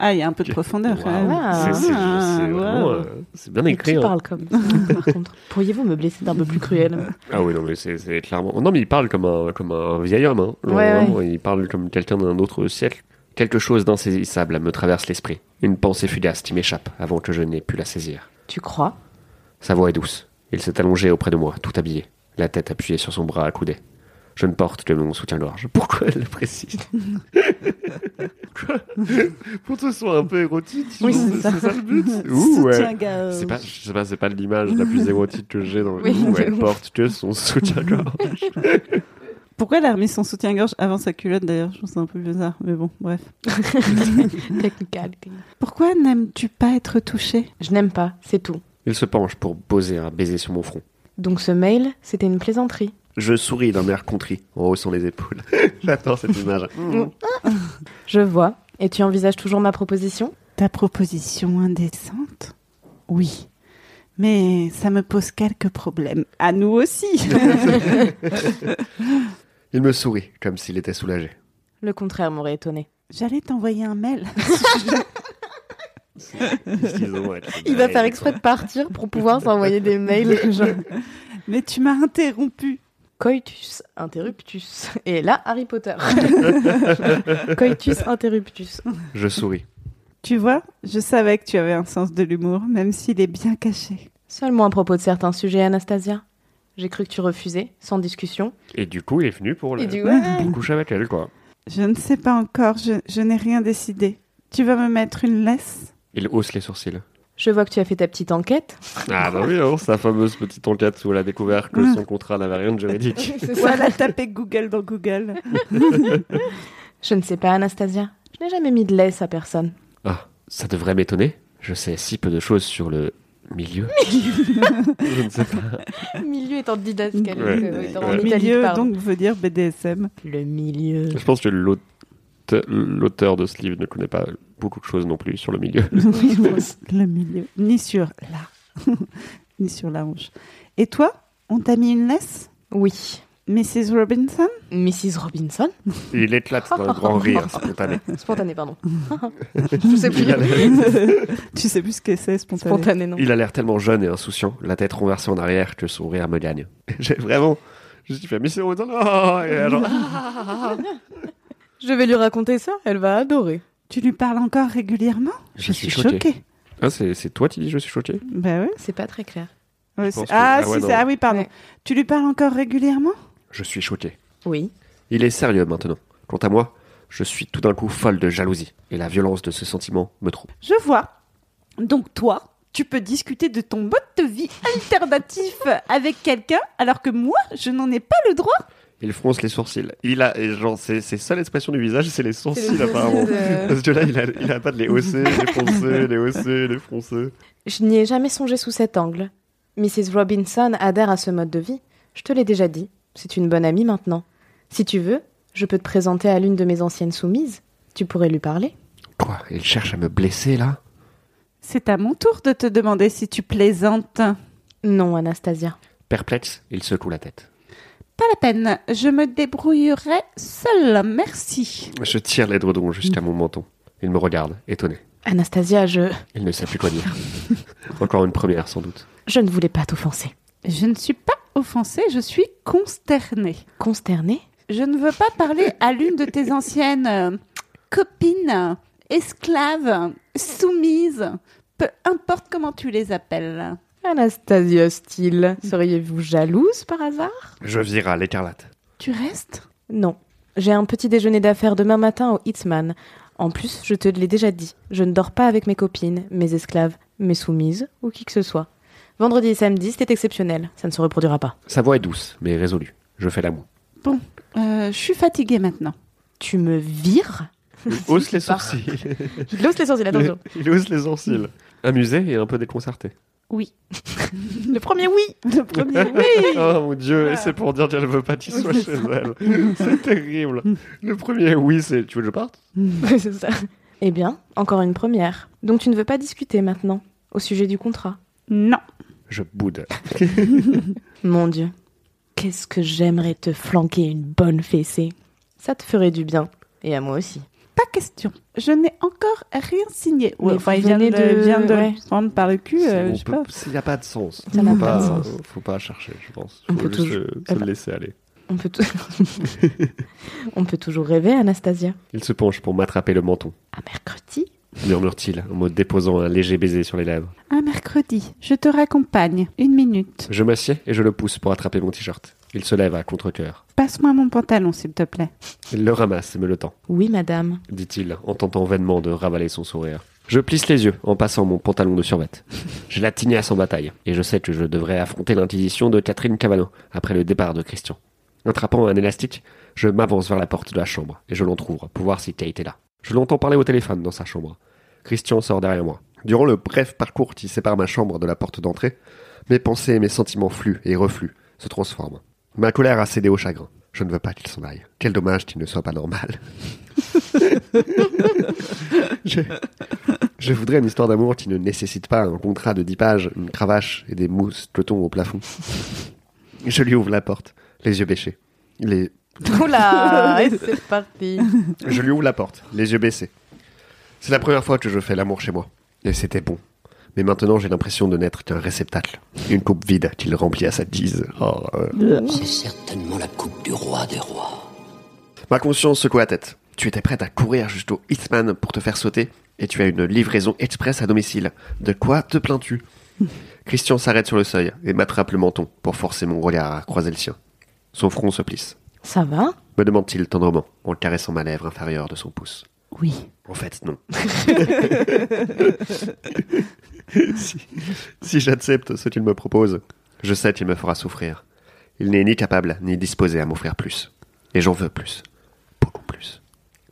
[SPEAKER 3] Ah, il y a un peu de
[SPEAKER 1] Je-
[SPEAKER 3] profondeur.
[SPEAKER 1] Waouh.
[SPEAKER 3] quand même.
[SPEAKER 1] C'est- c'est-
[SPEAKER 3] Ah,
[SPEAKER 1] c'est vraiment,
[SPEAKER 3] waouh.
[SPEAKER 1] euh, C'est bien
[SPEAKER 6] Mais
[SPEAKER 1] écrit.
[SPEAKER 6] qui
[SPEAKER 1] hein.
[SPEAKER 6] parle comme ça, par
[SPEAKER 1] [LAUGHS]
[SPEAKER 6] contre Pourriez-vous me blesser d'un peu plus cruel
[SPEAKER 1] Ah oui, non, mais c'est c'est clairement. Non, mais il parle comme un, comme un vieil homme. Hein. Genre,
[SPEAKER 6] Ouais, ouais.
[SPEAKER 1] vraiment, Il parle comme quelqu'un d'un autre siècle. Quelque chose d'insaisissable me traverse l'esprit. Une pensée fugace qui m'échappe avant que je n'ai pu la saisir.
[SPEAKER 6] Tu crois
[SPEAKER 1] Sa voix est douce. Il s'est allongé auprès de moi, tout habillé, la tête appuyée sur son bras accoudé. Je ne porte que mon soutien-gorge. Pourquoi elle le précise Quoi [LAUGHS] Pour que ce soit un peu érotique.
[SPEAKER 6] [LAUGHS] Oui,
[SPEAKER 1] genre,
[SPEAKER 6] c'est ça.
[SPEAKER 1] le but [LAUGHS] Ouh, ouais. C'est pas, je sais pas, c'est pas l'image la plus érotique que j'ai dans le
[SPEAKER 6] [LAUGHS] Oui,
[SPEAKER 1] où
[SPEAKER 6] de
[SPEAKER 1] elle
[SPEAKER 6] ouf.
[SPEAKER 1] porte que son soutien-gorge.
[SPEAKER 3] Pourquoi elle a remis son soutien-gorge avant sa culotte d'ailleurs Je trouve ça un peu bizarre, mais bon, bref.
[SPEAKER 6] Technical.
[SPEAKER 3] Pourquoi n'aimes-tu pas être touchée
[SPEAKER 6] Je n'aime pas, c'est tout.
[SPEAKER 1] Il se penche pour poser un baiser sur mon front.
[SPEAKER 6] Donc ce mail, c'était une plaisanterie.
[SPEAKER 1] Je souris d'un air contrit en haussant les épaules. [LAUGHS] J'adore cette image.
[SPEAKER 6] Je vois. Et tu envisages toujours ma proposition
[SPEAKER 3] Ta proposition indécente Oui. Mais ça me pose quelques problèmes. À nous [LAUGHS] aussi
[SPEAKER 1] Il me sourit comme s'il était soulagé.
[SPEAKER 6] Le contraire m'aurait étonné.
[SPEAKER 3] [LAUGHS] J'allais t'envoyer un mail.
[SPEAKER 6] Il va faire exprès de partir pour pouvoir
[SPEAKER 1] [LAUGHS]
[SPEAKER 6] s'envoyer des mails. Genre,
[SPEAKER 3] Mais tu m'as interrompu.
[SPEAKER 6] coitus interruptus. Et là,
[SPEAKER 1] [LAUGHS]
[SPEAKER 6] Harry Potter. coitus interruptus.
[SPEAKER 1] Je souris.
[SPEAKER 3] Tu vois, je savais que tu avais un sens de l'humour, même s'il est bien caché.
[SPEAKER 6] Seulement à propos de certains sujets, Anastasia. J'ai cru que tu refusais, sans discussion.
[SPEAKER 1] Et du coup, il est venu pour, le...
[SPEAKER 6] Et du [LAUGHS]
[SPEAKER 1] pour coucher avec elle, quoi.
[SPEAKER 3] Je ne sais pas encore, je, je n'ai rien décidé. Tu vas me mettre une laisse
[SPEAKER 1] Il hausse les sourcils.
[SPEAKER 6] Je vois que tu as fait ta petite [LAUGHS] enquête.
[SPEAKER 1] Ah bah oui, hein, sa fameuse petite enquête où elle a découvert que son contrat n'avait rien de [LAUGHS] juridique.
[SPEAKER 3] Voilà, tapez Google dans Google.
[SPEAKER 6] Je ne sais pas, Anastasia. Je n'ai jamais mis de laisse à personne.
[SPEAKER 1] Ah, ça devrait m'étonner. Je sais si peu de choses sur le milieu. Je ne sais pas.
[SPEAKER 6] Milieu étant didascalique.
[SPEAKER 1] Ouais.
[SPEAKER 6] euh, étant en
[SPEAKER 1] Ouais.
[SPEAKER 3] Le
[SPEAKER 6] italique,
[SPEAKER 3] milieu,
[SPEAKER 6] pardon.
[SPEAKER 3] donc, veut dire
[SPEAKER 6] [LAUGHS]
[SPEAKER 3] BDSM.
[SPEAKER 6] Le milieu.
[SPEAKER 1] Je pense que l'aute- l'auteur de ce livre ne connaît pas beaucoup de choses non plus sur le milieu.
[SPEAKER 3] [LAUGHS] Le milieu. Ni sur là. [LAUGHS] Ni sur la hanche. Et toi, on t'a mis une laisse
[SPEAKER 6] Oui.
[SPEAKER 3] Mrs. Robinson
[SPEAKER 6] Mrs. Robinson
[SPEAKER 1] Il éclate d'un grand [LAUGHS] rire spontané.
[SPEAKER 6] Spontané, pardon. [LAUGHS] Je sais plus.
[SPEAKER 1] Il a,
[SPEAKER 3] Tu sais plus ce que c'est, spontané.
[SPEAKER 6] [LAUGHS] Spontané, non.
[SPEAKER 1] il a l'air tellement jeune et insouciant, la tête renversée en arrière que son rire me gagne. J'ai vraiment... Je me suis fait, mais c'est Robinson, oh, et genre,
[SPEAKER 6] Ah. Je vais lui raconter ça, elle va adorer.
[SPEAKER 3] Tu lui parles encore régulièrement
[SPEAKER 1] Je suis choquée.
[SPEAKER 3] choquée.
[SPEAKER 1] Ah, c'est c'est toi qui dis je suis choqué
[SPEAKER 3] Ben oui.
[SPEAKER 6] C'est pas très clair.
[SPEAKER 3] Ouais,
[SPEAKER 1] pense
[SPEAKER 3] c'est-
[SPEAKER 1] que-
[SPEAKER 3] ah,
[SPEAKER 1] ah ouais,
[SPEAKER 3] si,
[SPEAKER 1] non.
[SPEAKER 3] c'est- ah oui, pardon.
[SPEAKER 6] Ouais.
[SPEAKER 3] Tu lui parles encore régulièrement
[SPEAKER 1] Je suis choqué.
[SPEAKER 6] Oui.
[SPEAKER 1] Il est sérieux maintenant. Quant à moi, je suis tout d'un coup folle de jalousie, et la violence de ce sentiment me trouble.
[SPEAKER 3] Je vois. Donc toi, tu peux discuter de ton mode de vie alternatif avec quelqu'un, alors que moi, je n'en ai pas le droit.
[SPEAKER 1] Il fronce les sourcils. Il a, et genre, c'est c'est ça l'expression du visage, c'est les sourcils
[SPEAKER 6] sourcil,
[SPEAKER 1] apparemment.
[SPEAKER 6] euh.
[SPEAKER 1] Parce que là, il a, il a pas de les hausser, les froncer, les hausser, les froncer.
[SPEAKER 6] Je n'y ai jamais songé sous cet angle. Mrs. Robinson adhère à ce mode de vie. Je te l'ai déjà dit. C'est une bonne amie maintenant. Si tu veux, je peux te présenter à l'une de mes anciennes soumises. Tu pourrais lui parler.
[SPEAKER 1] Quoi Il cherche à me blesser là
[SPEAKER 3] C'est à mon tour de te demander si tu plaisantes. Pas
[SPEAKER 6] Non, Anastasia.
[SPEAKER 1] Perplexe, il secoue la tête.
[SPEAKER 3] la peine, je me débrouillerai seule, merci.
[SPEAKER 1] Je tire les dredons jusqu'à mon menton. Il me regarde, étonné.
[SPEAKER 6] Anastasia, je.
[SPEAKER 1] Il ne sait plus quoi dire.
[SPEAKER 6] [LAUGHS]
[SPEAKER 1] Encore une première, sans doute.
[SPEAKER 6] Je ne voulais pas t'offenser.
[SPEAKER 3] Je ne suis pas offensée, je suis consternée.
[SPEAKER 6] Consternée
[SPEAKER 3] Je ne veux pas parler à l'une de tes anciennes euh, copines, esclaves, soumises, peu importe comment tu les appelles.
[SPEAKER 6] Anastasia Steele, seriez-vous jalouse par hasard
[SPEAKER 1] Je vire à l'écarlate.
[SPEAKER 3] Tu restes
[SPEAKER 6] Non. J'ai un petit déjeuner d'affaires demain matin au Hitman. En plus, je te l'ai déjà dit, je ne dors pas avec mes copines, mes esclaves, mes soumises ou qui que ce soit. Vendredi et samedi, c'était exceptionnel, ça ne se reproduira pas.
[SPEAKER 1] Sa voix est douce, mais résolue. Je fais l'amour.
[SPEAKER 3] Euh, Je suis fatiguée maintenant.
[SPEAKER 6] Tu me vires [LAUGHS]
[SPEAKER 1] Il hausse les
[SPEAKER 6] part.
[SPEAKER 1] sourcils.
[SPEAKER 6] Il hausse les
[SPEAKER 4] [LAUGHS]
[SPEAKER 6] sourcils, attention.
[SPEAKER 1] [LAUGHS] Il hausse les sourcils. Amusé et un peu déconcerté.
[SPEAKER 3] Oui.
[SPEAKER 6] Le premier oui
[SPEAKER 3] Le
[SPEAKER 1] [LAUGHS]
[SPEAKER 3] premier
[SPEAKER 1] Oh mon dieu, et c'est pour dire qu'elle veut pas qu'il soit chez elle. C'est terrible. Le premier oui, c'est tu veux que je parte
[SPEAKER 6] C'est ça. Eh bien, encore une première. Donc tu ne veux pas discuter maintenant, au sujet du contrat
[SPEAKER 3] Non.
[SPEAKER 1] Je boude.
[SPEAKER 6] Mon Dieu, qu'est-ce que j'aimerais te flanquer une bonne fessée. Ça te ferait du bien. Et à moi aussi.
[SPEAKER 3] Pas question. Je n'ai encore rien signé.
[SPEAKER 6] Mais
[SPEAKER 3] enfin,
[SPEAKER 6] vous
[SPEAKER 3] il vient de,
[SPEAKER 6] venez de-
[SPEAKER 3] vient de
[SPEAKER 6] ouais.
[SPEAKER 3] le prendre par le cul. euh, je sais pas.
[SPEAKER 1] S'il n'y a pas de sens,
[SPEAKER 6] Ça n'a
[SPEAKER 1] faut
[SPEAKER 6] pas de
[SPEAKER 1] pas,
[SPEAKER 6] sens.
[SPEAKER 1] faut pas chercher, je pense.
[SPEAKER 6] On
[SPEAKER 1] Faut
[SPEAKER 6] peut
[SPEAKER 1] juste
[SPEAKER 6] toujours-
[SPEAKER 1] se-
[SPEAKER 6] Eh
[SPEAKER 1] se
[SPEAKER 6] ben.
[SPEAKER 1] laisser aller.
[SPEAKER 6] On peut, tou- [LAUGHS] On peut toujours rêver, Anastasia.
[SPEAKER 1] Il se penche pour m'attraper le menton,
[SPEAKER 6] À mercredi
[SPEAKER 1] murmure-t-il en me déposant un léger baiser sur les lèvres.
[SPEAKER 3] Un mercredi, je te raccompagne. Une minute.
[SPEAKER 1] Je m'assieds et je le pousse pour attraper mon t-shirt. Il se lève à contre-coeur.
[SPEAKER 3] Passe-moi mon pantalon, s'il te plaît.
[SPEAKER 1] Il le ramasse et me le tend.
[SPEAKER 6] Oui, madame.
[SPEAKER 1] dit-il, en tentant vainement de ravaler son sourire. Je plisse les yeux en passant mon pantalon de survêt. J'ai la tignasse en bataille, et je sais que je devrais affronter l'inquisition de Catherine Cavano après le départ de Christian. Attrapant un élastique, je m'avance vers la porte de la chambre, et je l'entrouvre pour voir si Kate est là. Je l'entends parler au téléphone dans sa chambre. Christian sort derrière moi. Durant le bref parcours qui sépare ma chambre de la porte d'entrée, mes pensées et mes sentiments fluent et refluent, se transforment. Ma colère a cédé au chagrin. Je ne veux pas qu'il s'en aille. Quel dommage qu'il ne soit pas normal. je, je voudrais une histoire d'amour qui ne nécessite pas un contrat de 10 pages, une cravache et des mousses clotons au plafond. Je lui ouvre la porte, les yeux bêchés. Les,
[SPEAKER 6] [LAUGHS] Oula Et c'est parti
[SPEAKER 1] je lui ouvre la porte, les yeux baissés. C'est la première fois que je fais l'amour chez moi. Et c'était bon. Mais maintenant, j'ai l'impression de n'être qu'un réceptacle. Une coupe vide qu'il remplit à sa guise. Oh, euh.
[SPEAKER 5] C'est certainement la coupe du roi des rois.
[SPEAKER 1] Ma conscience secoue la tête. Tu étais prête à courir jusqu'au Hitman pour te faire sauter, et tu as une livraison express à domicile. De quoi te plains-tu Christian s'arrête sur le seuil et m'attrape le menton pour forcer mon regard à croiser le sien. Son front se plisse.
[SPEAKER 6] Ça va
[SPEAKER 1] Me demande-t-il tendrement, en caressant ma lèvre inférieure de son pouce.
[SPEAKER 6] Oui.
[SPEAKER 1] En fait, non. [LAUGHS] si si j'accepte ce qu'il me propose, je sais qu'il me fera souffrir. Il n'est ni capable ni disposé à m'offrir plus. Et j'en veux plus. Beaucoup plus.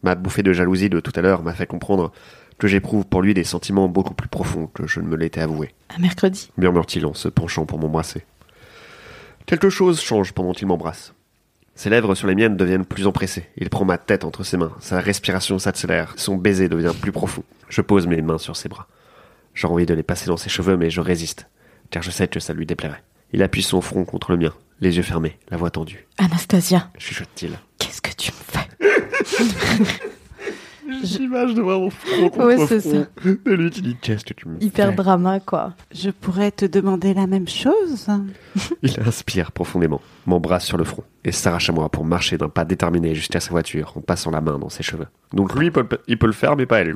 [SPEAKER 1] Ma bouffée de jalousie de tout à l'heure m'a fait comprendre que j'éprouve pour lui des sentiments beaucoup plus profonds que je ne me l'étais avoué,
[SPEAKER 6] À mercredi.
[SPEAKER 1] murmure-t-il en se penchant pour m'embrasser. Quelque chose change pendant qu'il m'embrasse. Ses lèvres sur les miennes deviennent plus empressées. Il prend ma tête entre ses mains. Sa respiration s'accélère. Son baiser devient plus profond. Je pose mes mains sur ses bras. J'ai envie de les passer dans ses cheveux, mais je résiste, car je sais que ça lui déplairait. Il appuie son front contre le mien, les yeux fermés, la voix tendue.
[SPEAKER 6] Anastasia,
[SPEAKER 1] Chuchote-t-il.
[SPEAKER 6] qu'est-ce que tu me fais
[SPEAKER 1] L'image de mon front
[SPEAKER 6] contre Ouais, c'est front,
[SPEAKER 1] De lui qui dit Qu'est-ce que tu me
[SPEAKER 6] Hyper drama, quoi.
[SPEAKER 3] Je pourrais te demander la même chose.
[SPEAKER 1] [LAUGHS] Il inspire profondément, m'embrasse sur le front et s'arrache à moi pour marcher d'un pas déterminé jusqu'à sa voiture en passant la main dans ses cheveux. Donc lui, il peut, le- il peut le faire, mais
[SPEAKER 6] [LAUGHS]
[SPEAKER 1] pas elle.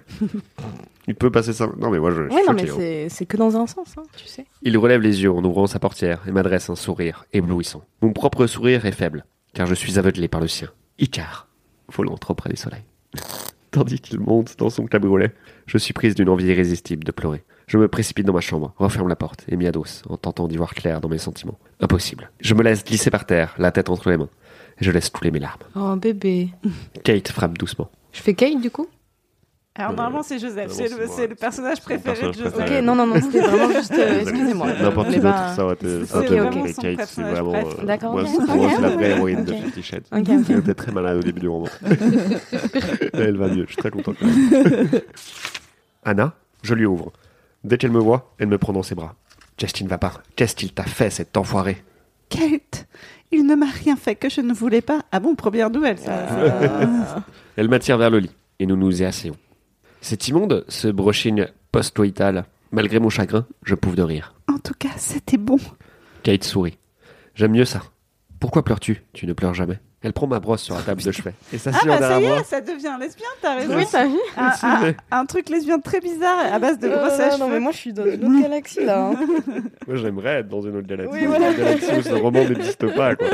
[SPEAKER 1] Il peut passer ça. Non, mais moi, je. je suis
[SPEAKER 6] Ouais, non, mais
[SPEAKER 1] choqué, hein.
[SPEAKER 6] c'est- c'est que dans un sens, hein, tu sais.
[SPEAKER 1] Il relève les yeux en ouvrant sa portière et m'adresse un sourire éblouissant. Mon propre sourire est faible, car je suis aveuglé par le sien. Icare, volant trop près du soleil. [LAUGHS] Tandis qu'il monte dans son cabriolet, je suis prise d'une envie irrésistible de pleurer. Je me précipite dans ma chambre, referme la porte et m'y adosse en tentant d'y voir clair dans mes sentiments. Impossible. Je me laisse glisser par terre, la tête entre les mains, et je laisse couler mes larmes.
[SPEAKER 6] Oh, bébé.
[SPEAKER 1] Kate frappe doucement.
[SPEAKER 6] Je fais Kate, du coup
[SPEAKER 3] Alors
[SPEAKER 1] Euh,
[SPEAKER 3] normalement c'est Joseph,
[SPEAKER 4] non,
[SPEAKER 3] c'est
[SPEAKER 4] c'est
[SPEAKER 3] le,
[SPEAKER 4] moi.
[SPEAKER 3] c'est le personnage
[SPEAKER 4] mon
[SPEAKER 3] préféré
[SPEAKER 4] personnage
[SPEAKER 3] de Joseph.
[SPEAKER 6] Ok,
[SPEAKER 4] Ouais.
[SPEAKER 6] non, non, non, c'était vraiment juste. euh, Excusez-moi.
[SPEAKER 4] N'importe
[SPEAKER 6] On
[SPEAKER 4] qui
[SPEAKER 6] est
[SPEAKER 4] d'autre,
[SPEAKER 6] pas-
[SPEAKER 4] ça aurait été.
[SPEAKER 3] C'est-
[SPEAKER 4] un peu-
[SPEAKER 6] ok, ok.
[SPEAKER 4] mais Kate,
[SPEAKER 3] Son
[SPEAKER 4] c'est vraiment.
[SPEAKER 3] personnage
[SPEAKER 4] euh,
[SPEAKER 6] D'accord,
[SPEAKER 4] moi,
[SPEAKER 6] ok.
[SPEAKER 4] c'est- Pour moi, c'est la
[SPEAKER 6] Ok,
[SPEAKER 4] vraie
[SPEAKER 6] ok,
[SPEAKER 4] héroïne de
[SPEAKER 6] ok.
[SPEAKER 4] Fifty Shades.
[SPEAKER 6] Ok,
[SPEAKER 4] Elle
[SPEAKER 6] ok.
[SPEAKER 4] était très malade au début du
[SPEAKER 3] [LAUGHS]
[SPEAKER 4] roman. Là, elle va mieux, je suis très content.
[SPEAKER 3] Ah,
[SPEAKER 1] Anna, je lui ouvre. Dès qu'elle me voit, elle me prend dans ses bras. Qu'est-ce qui ne va pas Qu'est-ce qu'il t'a fait, cet enfoiré
[SPEAKER 3] Kate, il ne m'a rien fait que je ne voulais pas. Ah bon, première nouvelle ça. Euh.
[SPEAKER 1] Elle m'attire vers le lit et nous nous y asseyons. C'est immonde, ce brushing post-coital. Malgré mon chagrin, je pouffe de rire.
[SPEAKER 3] En tout cas, c'était bon.
[SPEAKER 1] Kate sourit. J'aime mieux ça. Pourquoi pleures-tu Tu ne pleures jamais. Elle prend ma brosse sur la table de chevet et
[SPEAKER 3] Ah
[SPEAKER 1] s'assied
[SPEAKER 3] bah ça
[SPEAKER 1] derrière
[SPEAKER 3] y
[SPEAKER 1] moi.
[SPEAKER 3] est, ça devient lesbien, t'as raison.
[SPEAKER 6] Oui, [LAUGHS] t'as vu
[SPEAKER 3] un,
[SPEAKER 1] c'est
[SPEAKER 3] un-
[SPEAKER 1] vrai.
[SPEAKER 3] Ah, un truc lesbien très bizarre à base de gros
[SPEAKER 6] Euh,
[SPEAKER 3] sages
[SPEAKER 6] Non, mais moi, je suis dans une autre galaxie, là. hein.
[SPEAKER 1] Moi, j'aimerais être dans une autre galaxie.
[SPEAKER 6] Oui, voilà.
[SPEAKER 1] Une galaxie où ce roman n'existe pas, quoi.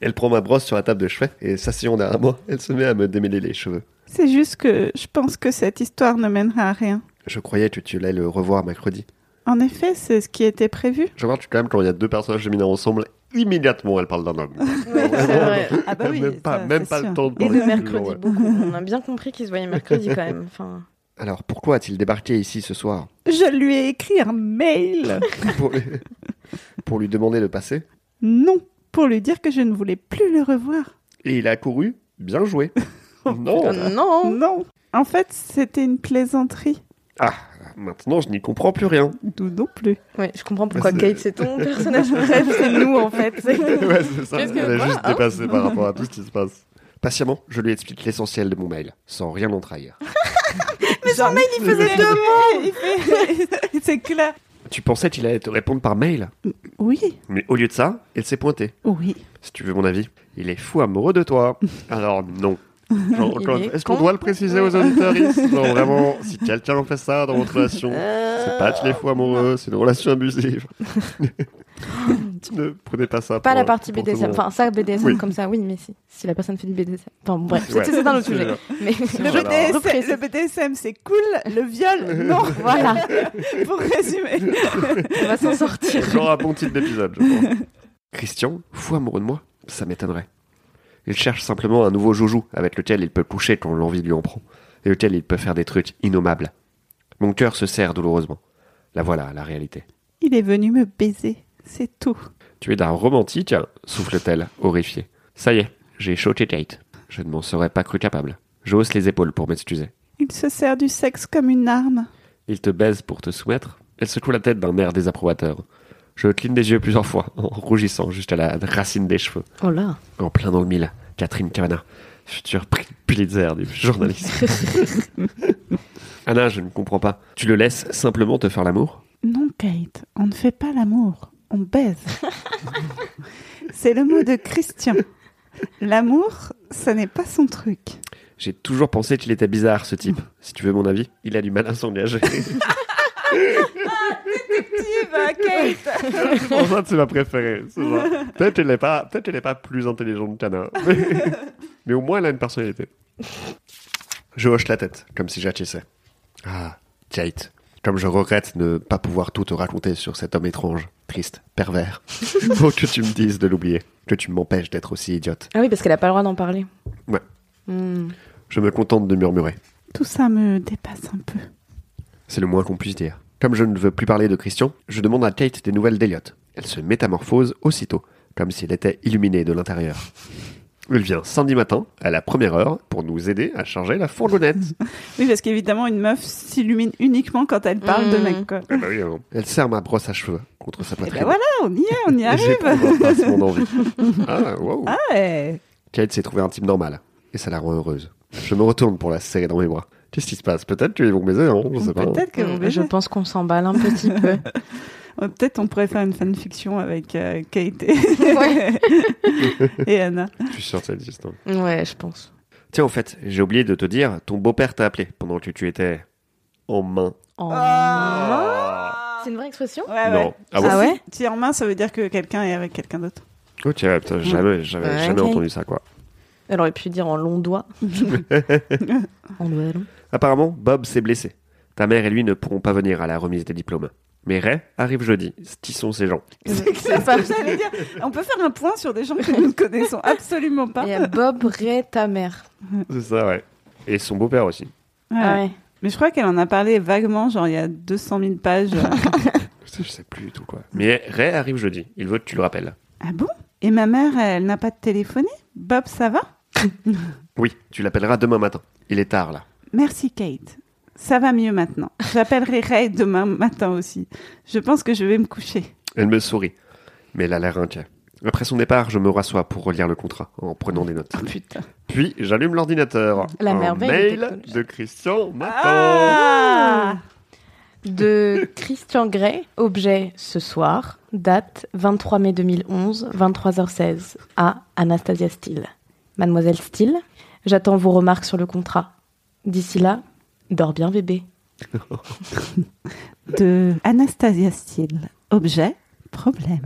[SPEAKER 1] Elle prend ma brosse sur la table de chevet et s'assied derrière moi. Elle se met à me démêler les cheveux.
[SPEAKER 3] C'est juste que je pense que cette histoire ne mènera à rien.
[SPEAKER 1] Je croyais que tu allais le revoir mercredi.
[SPEAKER 3] En effet, c'est ce qui était prévu.
[SPEAKER 1] Je remarque quand même quand il y a deux personnages féminins ensemble, immédiatement elle parle d'un homme.
[SPEAKER 6] C'est vrai.
[SPEAKER 3] Ah
[SPEAKER 1] même pas,
[SPEAKER 3] ça,
[SPEAKER 1] même
[SPEAKER 3] c'est
[SPEAKER 1] pas
[SPEAKER 3] sûr.
[SPEAKER 1] le temps de
[SPEAKER 6] Et
[SPEAKER 1] parler
[SPEAKER 6] de
[SPEAKER 1] de
[SPEAKER 6] mercredi,
[SPEAKER 1] toujours, ouais.
[SPEAKER 6] beaucoup.
[SPEAKER 1] [LAUGHS]
[SPEAKER 6] On a bien compris qu'ils se voyaient mercredi, quand même. Enfin,
[SPEAKER 1] Alors pourquoi a-t-il débarqué ici ce soir
[SPEAKER 3] Je lui ai écrit un mail.
[SPEAKER 1] pour, lui- pour lui demander de passer
[SPEAKER 3] Non, pour lui dire que je ne voulais plus le revoir.
[SPEAKER 1] Et il a couru Bien
[SPEAKER 3] [LAUGHS]
[SPEAKER 1] joué.
[SPEAKER 6] euh,
[SPEAKER 1] non
[SPEAKER 6] non
[SPEAKER 3] Non. En fait, c'était une plaisanterie.
[SPEAKER 1] Ah, maintenant je n'y comprends plus rien.
[SPEAKER 3] Nous non plus.
[SPEAKER 6] [LAUGHS] Ouais, je comprends pourquoi
[SPEAKER 1] Bah, C'est-
[SPEAKER 6] Kate, c'est ton personnage bref, c'est nous, en fait. C'est-
[SPEAKER 1] ouais, c'est ça.
[SPEAKER 6] Qu'est-ce que-
[SPEAKER 1] Elle est
[SPEAKER 6] quoi,
[SPEAKER 1] juste
[SPEAKER 6] hein
[SPEAKER 1] dépassée par rapport à tout ce qui se passe. Patiemment, je lui explique l'essentiel de mon mail, sans rien en trahir.
[SPEAKER 3] Mais son mail, [LAUGHS] il faisait deux mots. C'est clair.
[SPEAKER 1] Tu pensais qu'il allait te répondre par mail
[SPEAKER 3] Oui.
[SPEAKER 1] Mais au lieu de ça, elle s'est pointée.
[SPEAKER 3] Oui.
[SPEAKER 1] Si tu veux mon avis, il est fou amoureux de toi. Alors
[SPEAKER 6] [LAUGHS]
[SPEAKER 1] non. Genre,
[SPEAKER 6] Il
[SPEAKER 1] quand-
[SPEAKER 6] est
[SPEAKER 1] Est-ce qu'on
[SPEAKER 6] con.
[SPEAKER 1] doit le préciser aux auditeurs
[SPEAKER 6] [LAUGHS]
[SPEAKER 1] Genre vraiment, si quelqu'un fait ça dans votre relation, c'est pas qu'il est fou amoureux, c'est une relation abusive. [LAUGHS] ne prenez pas ça.
[SPEAKER 6] Euh. Pas
[SPEAKER 1] pour-
[SPEAKER 6] la partie
[SPEAKER 1] pour tout le
[SPEAKER 6] BDSM.
[SPEAKER 1] monde.
[SPEAKER 6] Enfin, ça, BDSM
[SPEAKER 1] Oui.
[SPEAKER 6] comme ça, oui, mais si. Si la personne fait du BDSM. Enfin, bref,
[SPEAKER 1] Ouais.
[SPEAKER 6] c'est c'est un autre
[SPEAKER 1] C'est
[SPEAKER 6] sujet.
[SPEAKER 1] vrai.
[SPEAKER 6] Mais
[SPEAKER 3] Le,
[SPEAKER 1] Voilà.
[SPEAKER 3] BDSM,
[SPEAKER 6] Reprécis-
[SPEAKER 3] le BDSM, c'est cool. Le [LAUGHS] viol, non.
[SPEAKER 6] Voilà,
[SPEAKER 3] Pour résumer.
[SPEAKER 6] on va s'en sortir.
[SPEAKER 1] Genre un bon titre d'épisode, je pense. [LAUGHS] Christian, fou amoureux de moi, ça m'étonnerait. Il cherche simplement un nouveau joujou avec lequel il peut coucher quand l'envie lui en prend, et lequel il peut faire des trucs innommables. Mon cœur se serre douloureusement. La voilà, la réalité.
[SPEAKER 3] Il est venu me baiser. C'est tout.
[SPEAKER 1] Tu es d'un romantique, souffle-t-elle, horrifiée. Ça y est, j'ai choqué Kate. Je ne m'en serais pas cru capable. Je hausse les épaules pour m'excuser.
[SPEAKER 3] Il se sert du sexe comme une arme.
[SPEAKER 1] Il te baise pour te soumettre. Elle secoue la tête d'un air désapprobateur. Je cligne des yeux plusieurs fois, en rougissant jusqu'à la racine des cheveux.
[SPEAKER 6] Oh là
[SPEAKER 1] En plein dans le mille, Catherine Cavana, future prix Pulitzer du journalisme. Anna, je ne comprends pas. Tu le laisses simplement te faire l'amour
[SPEAKER 3] Non, Kate, on ne fait pas l'amour,
[SPEAKER 1] [LAUGHS]
[SPEAKER 3] on baise. c'est le mot de Christian. L'amour, ça n'est pas son truc.
[SPEAKER 1] J'ai toujours pensé qu'il était bizarre, ce type. Si tu veux mon avis, il a du mal à s'engager.
[SPEAKER 6] Kate
[SPEAKER 1] [LAUGHS] En fait, c'est ma préférée. c'est
[SPEAKER 6] [LAUGHS]
[SPEAKER 1] ça. Peut-être qu'elle n'est pas, peut-être qu'elle n'est pas plus intelligente qu'Anna. [LAUGHS] Mais au moins, elle a une personnalité. Je hoche la tête, comme si j'atchissais. Ah, Kate. Comme je regrette ne pas pouvoir tout te raconter sur cet homme étrange, triste,
[SPEAKER 6] [LAUGHS]
[SPEAKER 1] pervers. Faut que tu me dises de l'oublier. Que tu m'empêches d'être aussi idiote.
[SPEAKER 6] Ah oui, parce qu'elle a pas le droit d'en parler.
[SPEAKER 1] Ouais.
[SPEAKER 6] Hmm.
[SPEAKER 1] Je me contente de murmurer.
[SPEAKER 3] Tout ça me dépasse un peu.
[SPEAKER 1] C'est le moins qu'on puisse dire. Comme je ne veux plus parler de Christian, je demande à Kate des nouvelles d'Eliott. Elle se métamorphose aussitôt, comme si elle était illuminée de l'intérieur. Elle vient samedi matin, à la première heure, pour nous aider à charger la [LAUGHS] fourgonnette.
[SPEAKER 3] Oui, parce qu'évidemment, une meuf s'illumine uniquement quand elle parle de
[SPEAKER 6] Mm.
[SPEAKER 3] mec. Quoi.
[SPEAKER 1] Ah bah oui, hein. Elle serre ma brosse à cheveux contre sa
[SPEAKER 3] Et
[SPEAKER 1] poitrine. [LAUGHS]
[SPEAKER 3] ben voilà, on y est, on y
[SPEAKER 1] Et
[SPEAKER 3] arrive.
[SPEAKER 1] j'éprouve un pincement
[SPEAKER 3] [LAUGHS]
[SPEAKER 1] d'envie. Ah, wow.
[SPEAKER 3] Ouais.
[SPEAKER 1] Kate s'est trouvée un type normal, et ça la rend heureuse. Je me retourne pour la serrer dans mes bras. Qu'est-ce qui se passe Peut-être qu'ils vont baiser, hein je sais pas.
[SPEAKER 3] Peut-être que vous
[SPEAKER 6] Hmm, Je
[SPEAKER 3] baisez.
[SPEAKER 6] pense qu'on s'emballe un petit peu.
[SPEAKER 3] Ouais, Peut-être on pourrait faire une fanfiction avec euh, Kate et... [LAUGHS] et Anna.
[SPEAKER 1] Je suis sûr que ça existe. hein.
[SPEAKER 6] [LAUGHS] Ouais, je pense.
[SPEAKER 1] Tiens, au fait, j'ai oublié de te dire, ton beau-père t'a appelé pendant que tu étais en main.
[SPEAKER 6] En main.
[SPEAKER 3] Ah
[SPEAKER 6] C'est une vraie expression
[SPEAKER 3] Ouais,
[SPEAKER 1] Oh. non.
[SPEAKER 3] ouais.
[SPEAKER 1] Ah bon
[SPEAKER 6] Ah ouais
[SPEAKER 3] Si en main, ça veut dire que quelqu'un est avec quelqu'un d'autre.
[SPEAKER 1] Ok, ouais, Oh, putain, j'avais, j'avais
[SPEAKER 6] Ouais,
[SPEAKER 1] jamais
[SPEAKER 6] ok.
[SPEAKER 1] entendu ça, quoi.
[SPEAKER 6] Elle aurait pu dire en long [LAUGHS] doigt. en doigt long.
[SPEAKER 1] Apparemment, Bob s'est blessé. Ta mère et lui ne pourront pas venir à la remise des diplômes. Mais Ray arrive jeudi. Qui sont ces gens
[SPEAKER 6] Euh,
[SPEAKER 3] C'est ça que [LAUGHS] j'allais dire. On peut faire un point sur des gens que nous ne connaissons absolument pas.
[SPEAKER 6] Et Bob Ray, ta mère.
[SPEAKER 1] C'est ça, ouais. Et son beau-père aussi.
[SPEAKER 3] Ouais.
[SPEAKER 6] Ah ouais.
[SPEAKER 3] Mais je crois qu'elle en a parlé vaguement, genre il y a 200 000 [LAUGHS] pages.
[SPEAKER 1] Je sais plus du tout, quoi. Mais Ray arrive jeudi. Il veut que tu le rappelles.
[SPEAKER 3] ah bon Et ma mère, elle n'a pas téléphoné Bob, ça va
[SPEAKER 1] Oui, tu l'appelleras demain matin. Il est tard, là.
[SPEAKER 3] Merci Kate. Ça va mieux maintenant. J'appellerai Ray demain matin aussi. Je pense que je vais me coucher.
[SPEAKER 1] Elle me sourit. Mais elle a l'air inquiet. Après son départ, je me rassois pour relire le contrat en prenant des notes.
[SPEAKER 3] Oh, Putain.
[SPEAKER 1] Puis, j'allume l'ordinateur.
[SPEAKER 6] La
[SPEAKER 1] Un
[SPEAKER 6] merveille des
[SPEAKER 1] mail
[SPEAKER 6] technologies.
[SPEAKER 1] de Christian Matin.
[SPEAKER 3] Ah
[SPEAKER 6] De Christian Grey, objet ce soir, date 23 mai 2011, 23h16, à Anastasia Steele. Mademoiselle Steele, j'attends vos remarques sur le contrat. D'ici là, dors bien bébé.
[SPEAKER 3] De Anastasia Steele. Objet, problème.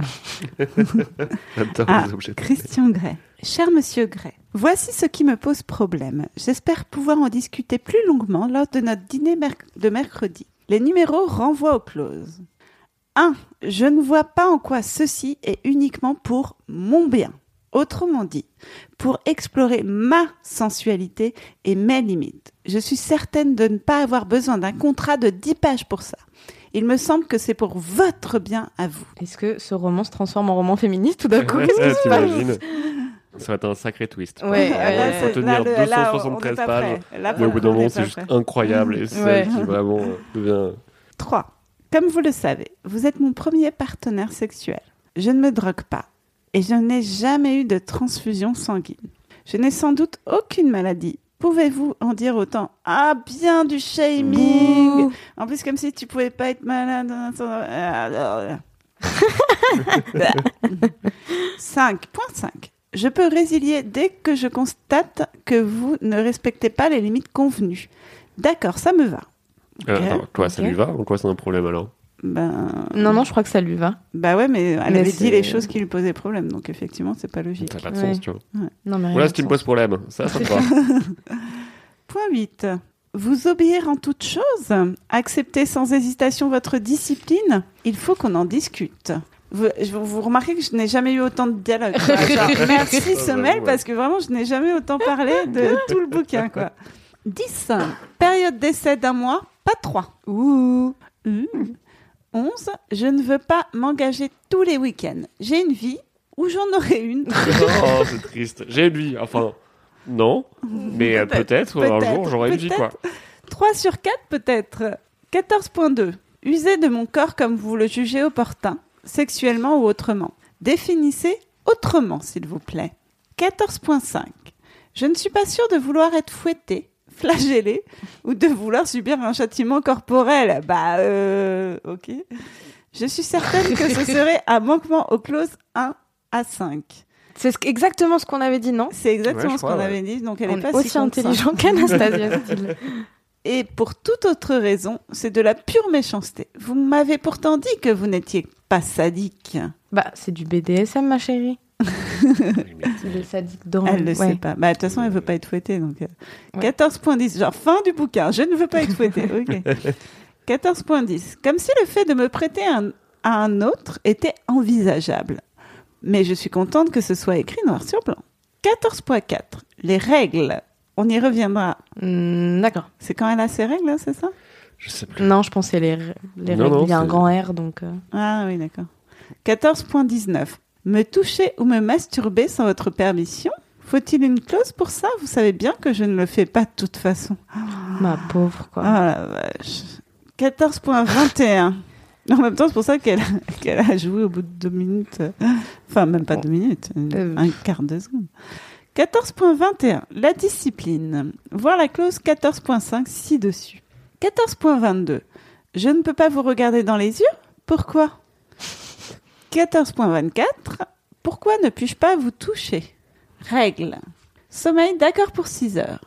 [SPEAKER 1] Attends,
[SPEAKER 3] Ah,
[SPEAKER 1] les objets.
[SPEAKER 3] Christian Gray. Cher monsieur Gray, voici ce qui me pose problème. J'espère pouvoir en discuter plus longuement lors de notre dîner merc- de mercredi. Les numéros renvoient aux clauses. 1. Je ne vois pas en quoi ceci est uniquement pour mon bien. Autrement dit, pour explorer ma sensualité et mes limites. Je suis certaine de ne pas avoir besoin d'un contrat de 10 pages pour ça. Il me semble que c'est pour votre bien à vous.
[SPEAKER 6] Est-ce que ce roman se transforme en roman féministe tout d'un coup
[SPEAKER 1] Ouais,
[SPEAKER 6] Qu'est-ce qui se passe
[SPEAKER 1] t'imagines Ça va être un sacré twist.
[SPEAKER 6] Ouais,
[SPEAKER 1] Vraiment,
[SPEAKER 6] ouais,
[SPEAKER 1] il faut
[SPEAKER 3] Ah c'est-
[SPEAKER 1] tenir
[SPEAKER 3] le- on- on n'est
[SPEAKER 1] 273
[SPEAKER 3] pas
[SPEAKER 1] pages.
[SPEAKER 3] prêt. Là,
[SPEAKER 1] Mais
[SPEAKER 3] pour
[SPEAKER 1] au bout d'un
[SPEAKER 3] le coup, Ah, on
[SPEAKER 1] moment,
[SPEAKER 3] n'est
[SPEAKER 1] c'est
[SPEAKER 3] pas
[SPEAKER 1] juste
[SPEAKER 3] prêt.
[SPEAKER 1] incroyable. Et c'est
[SPEAKER 6] Ouais.
[SPEAKER 1] ça qui vraiment euh, devient.
[SPEAKER 3] 3. Comme vous le savez, vous êtes mon premier partenaire sexuel. Je ne me drogue pas et je n'ai jamais eu de transfusion sanguine. Je n'ai sans doute aucune maladie. Pouvez-vous en dire autant Ah, bien du shaming En plus, comme si tu pouvais pas être malade. hein, euh, [LAUGHS] 5.5. Je peux résilier dès que je constate que vous ne respectez pas les limites convenues. D'accord, ça me va.
[SPEAKER 1] Euh,
[SPEAKER 3] Ok.
[SPEAKER 1] attends, quoi, ça
[SPEAKER 6] Ok.
[SPEAKER 1] lui va En quoi c'est un problème alors
[SPEAKER 3] Ben,
[SPEAKER 6] Non, non, je crois que ça lui va.
[SPEAKER 3] Bah ouais, mais elle
[SPEAKER 6] Mais
[SPEAKER 3] avait
[SPEAKER 6] c'est-
[SPEAKER 3] dit les choses qui lui posaient problème, donc effectivement, c'est pas logique.
[SPEAKER 1] Ça n'a pas de
[SPEAKER 6] Ouais.
[SPEAKER 1] sens, tu vois.
[SPEAKER 6] Non, mais
[SPEAKER 1] Voilà
[SPEAKER 6] rien
[SPEAKER 1] ce qui
[SPEAKER 6] de
[SPEAKER 1] me pose problème. Ça, ça me
[SPEAKER 6] [LAUGHS]
[SPEAKER 1] va.
[SPEAKER 3] Point 8. Vous obéir en toute chose Accepter sans hésitation votre discipline Il faut qu'on en discute. Vous, je- vous remarquez que je n'ai jamais eu autant
[SPEAKER 1] [LAUGHS]
[SPEAKER 3] de dialogue. quoi. Genre, merci
[SPEAKER 1] Ça,
[SPEAKER 3] Sommel,
[SPEAKER 1] j'avoue, ouais.
[SPEAKER 3] parce que vraiment, je n'ai jamais autant parlé
[SPEAKER 1] [LAUGHS]
[SPEAKER 3] de tout le bouquin. Quoi. 10. Période d'essai d'un mois, pas 3. Ouh.
[SPEAKER 1] Mmh.
[SPEAKER 3] Ouh. 11. Je ne veux pas m'engager tous les week-ends. J'ai une vie où j'en aurai une.
[SPEAKER 1] oh, c'est triste. J'ai une vie. Enfin, non. Mais euh, peut-être, un
[SPEAKER 3] peut-être,
[SPEAKER 1] jour, j'aurai une vie, quoi.
[SPEAKER 3] 3 sur 4 peut-être. 14.2. Usez de mon corps comme vous le jugez opportun, sexuellement ou autrement. Définissez autrement, s'il vous plaît. 14.5. Je ne suis pas sûre de vouloir être fouettée, flageller ou de vouloir subir un châtiment corporel. Bah, euh, ok. Je suis certaine que ce serait un manquement aux clauses 1 à 5.
[SPEAKER 6] C'est ce- exactement ce qu'on avait dit, non
[SPEAKER 3] C'est
[SPEAKER 1] Ouais, je
[SPEAKER 3] exactement ce
[SPEAKER 1] crois,
[SPEAKER 3] qu'on
[SPEAKER 1] ouais.
[SPEAKER 3] avait dit, donc elle
[SPEAKER 6] On
[SPEAKER 3] n'est
[SPEAKER 6] est
[SPEAKER 3] pas si
[SPEAKER 6] aussi
[SPEAKER 3] contre ça.
[SPEAKER 6] intelligent [LAUGHS] qu'Anastasia. dit-il.
[SPEAKER 3] Et pour toute autre raison, c'est de la pure méchanceté. Vous m'avez pourtant dit que vous n'étiez pas sadique.
[SPEAKER 6] bah, c'est du BDSM,
[SPEAKER 1] [LAUGHS]
[SPEAKER 6] ma chérie.
[SPEAKER 1] Mais
[SPEAKER 6] Le sadique dans
[SPEAKER 3] Elle ne le
[SPEAKER 6] ouais.
[SPEAKER 3] sait pas. Bah, de toute façon, elle veut pas être fouettée. Donc, euh,
[SPEAKER 6] Ouais.
[SPEAKER 3] 14.10, genre fin du bouquin. Je ne veux pas être
[SPEAKER 6] [LAUGHS]
[SPEAKER 3] fouettée. Ok. 14.10. Comme si le fait de me prêter un- à un autre était envisageable. Mais je suis contente que ce soit écrit noir sur blanc. 14.4. Les règles. On y reviendra.
[SPEAKER 6] Hmm, D'accord.
[SPEAKER 3] C'est quand elle a ses règles, hein, c'est ça
[SPEAKER 1] Je sais plus.
[SPEAKER 6] Non, je pensais les, r- les
[SPEAKER 1] Non,
[SPEAKER 6] règles.
[SPEAKER 1] non,
[SPEAKER 6] Il y a un
[SPEAKER 1] c'est-
[SPEAKER 6] grand R, donc. euh,
[SPEAKER 3] Ah oui, d'accord. 14.19. Me toucher ou me masturber sans votre permission Faut-il une clause pour ça Vous savez bien que je ne le fais pas de toute façon.
[SPEAKER 6] Ma pauvre, quoi.
[SPEAKER 3] Ah la vache. 14.21. En même temps, c'est pour ça qu'elle [LAUGHS] qu'elle a joué au bout de deux minutes. euh, Enfin, même pas
[SPEAKER 6] Bon.
[SPEAKER 3] deux minutes, une-
[SPEAKER 6] Euh.
[SPEAKER 3] un quart de seconde. 14.21. La discipline. Voir la clause 14.5 ci-dessus. 14.22. Je ne peux pas vous regarder dans les yeux Pourquoi 14.24. Pourquoi ne puis-je pas vous toucher Règle. Sommeil d'accord pour 6 heures.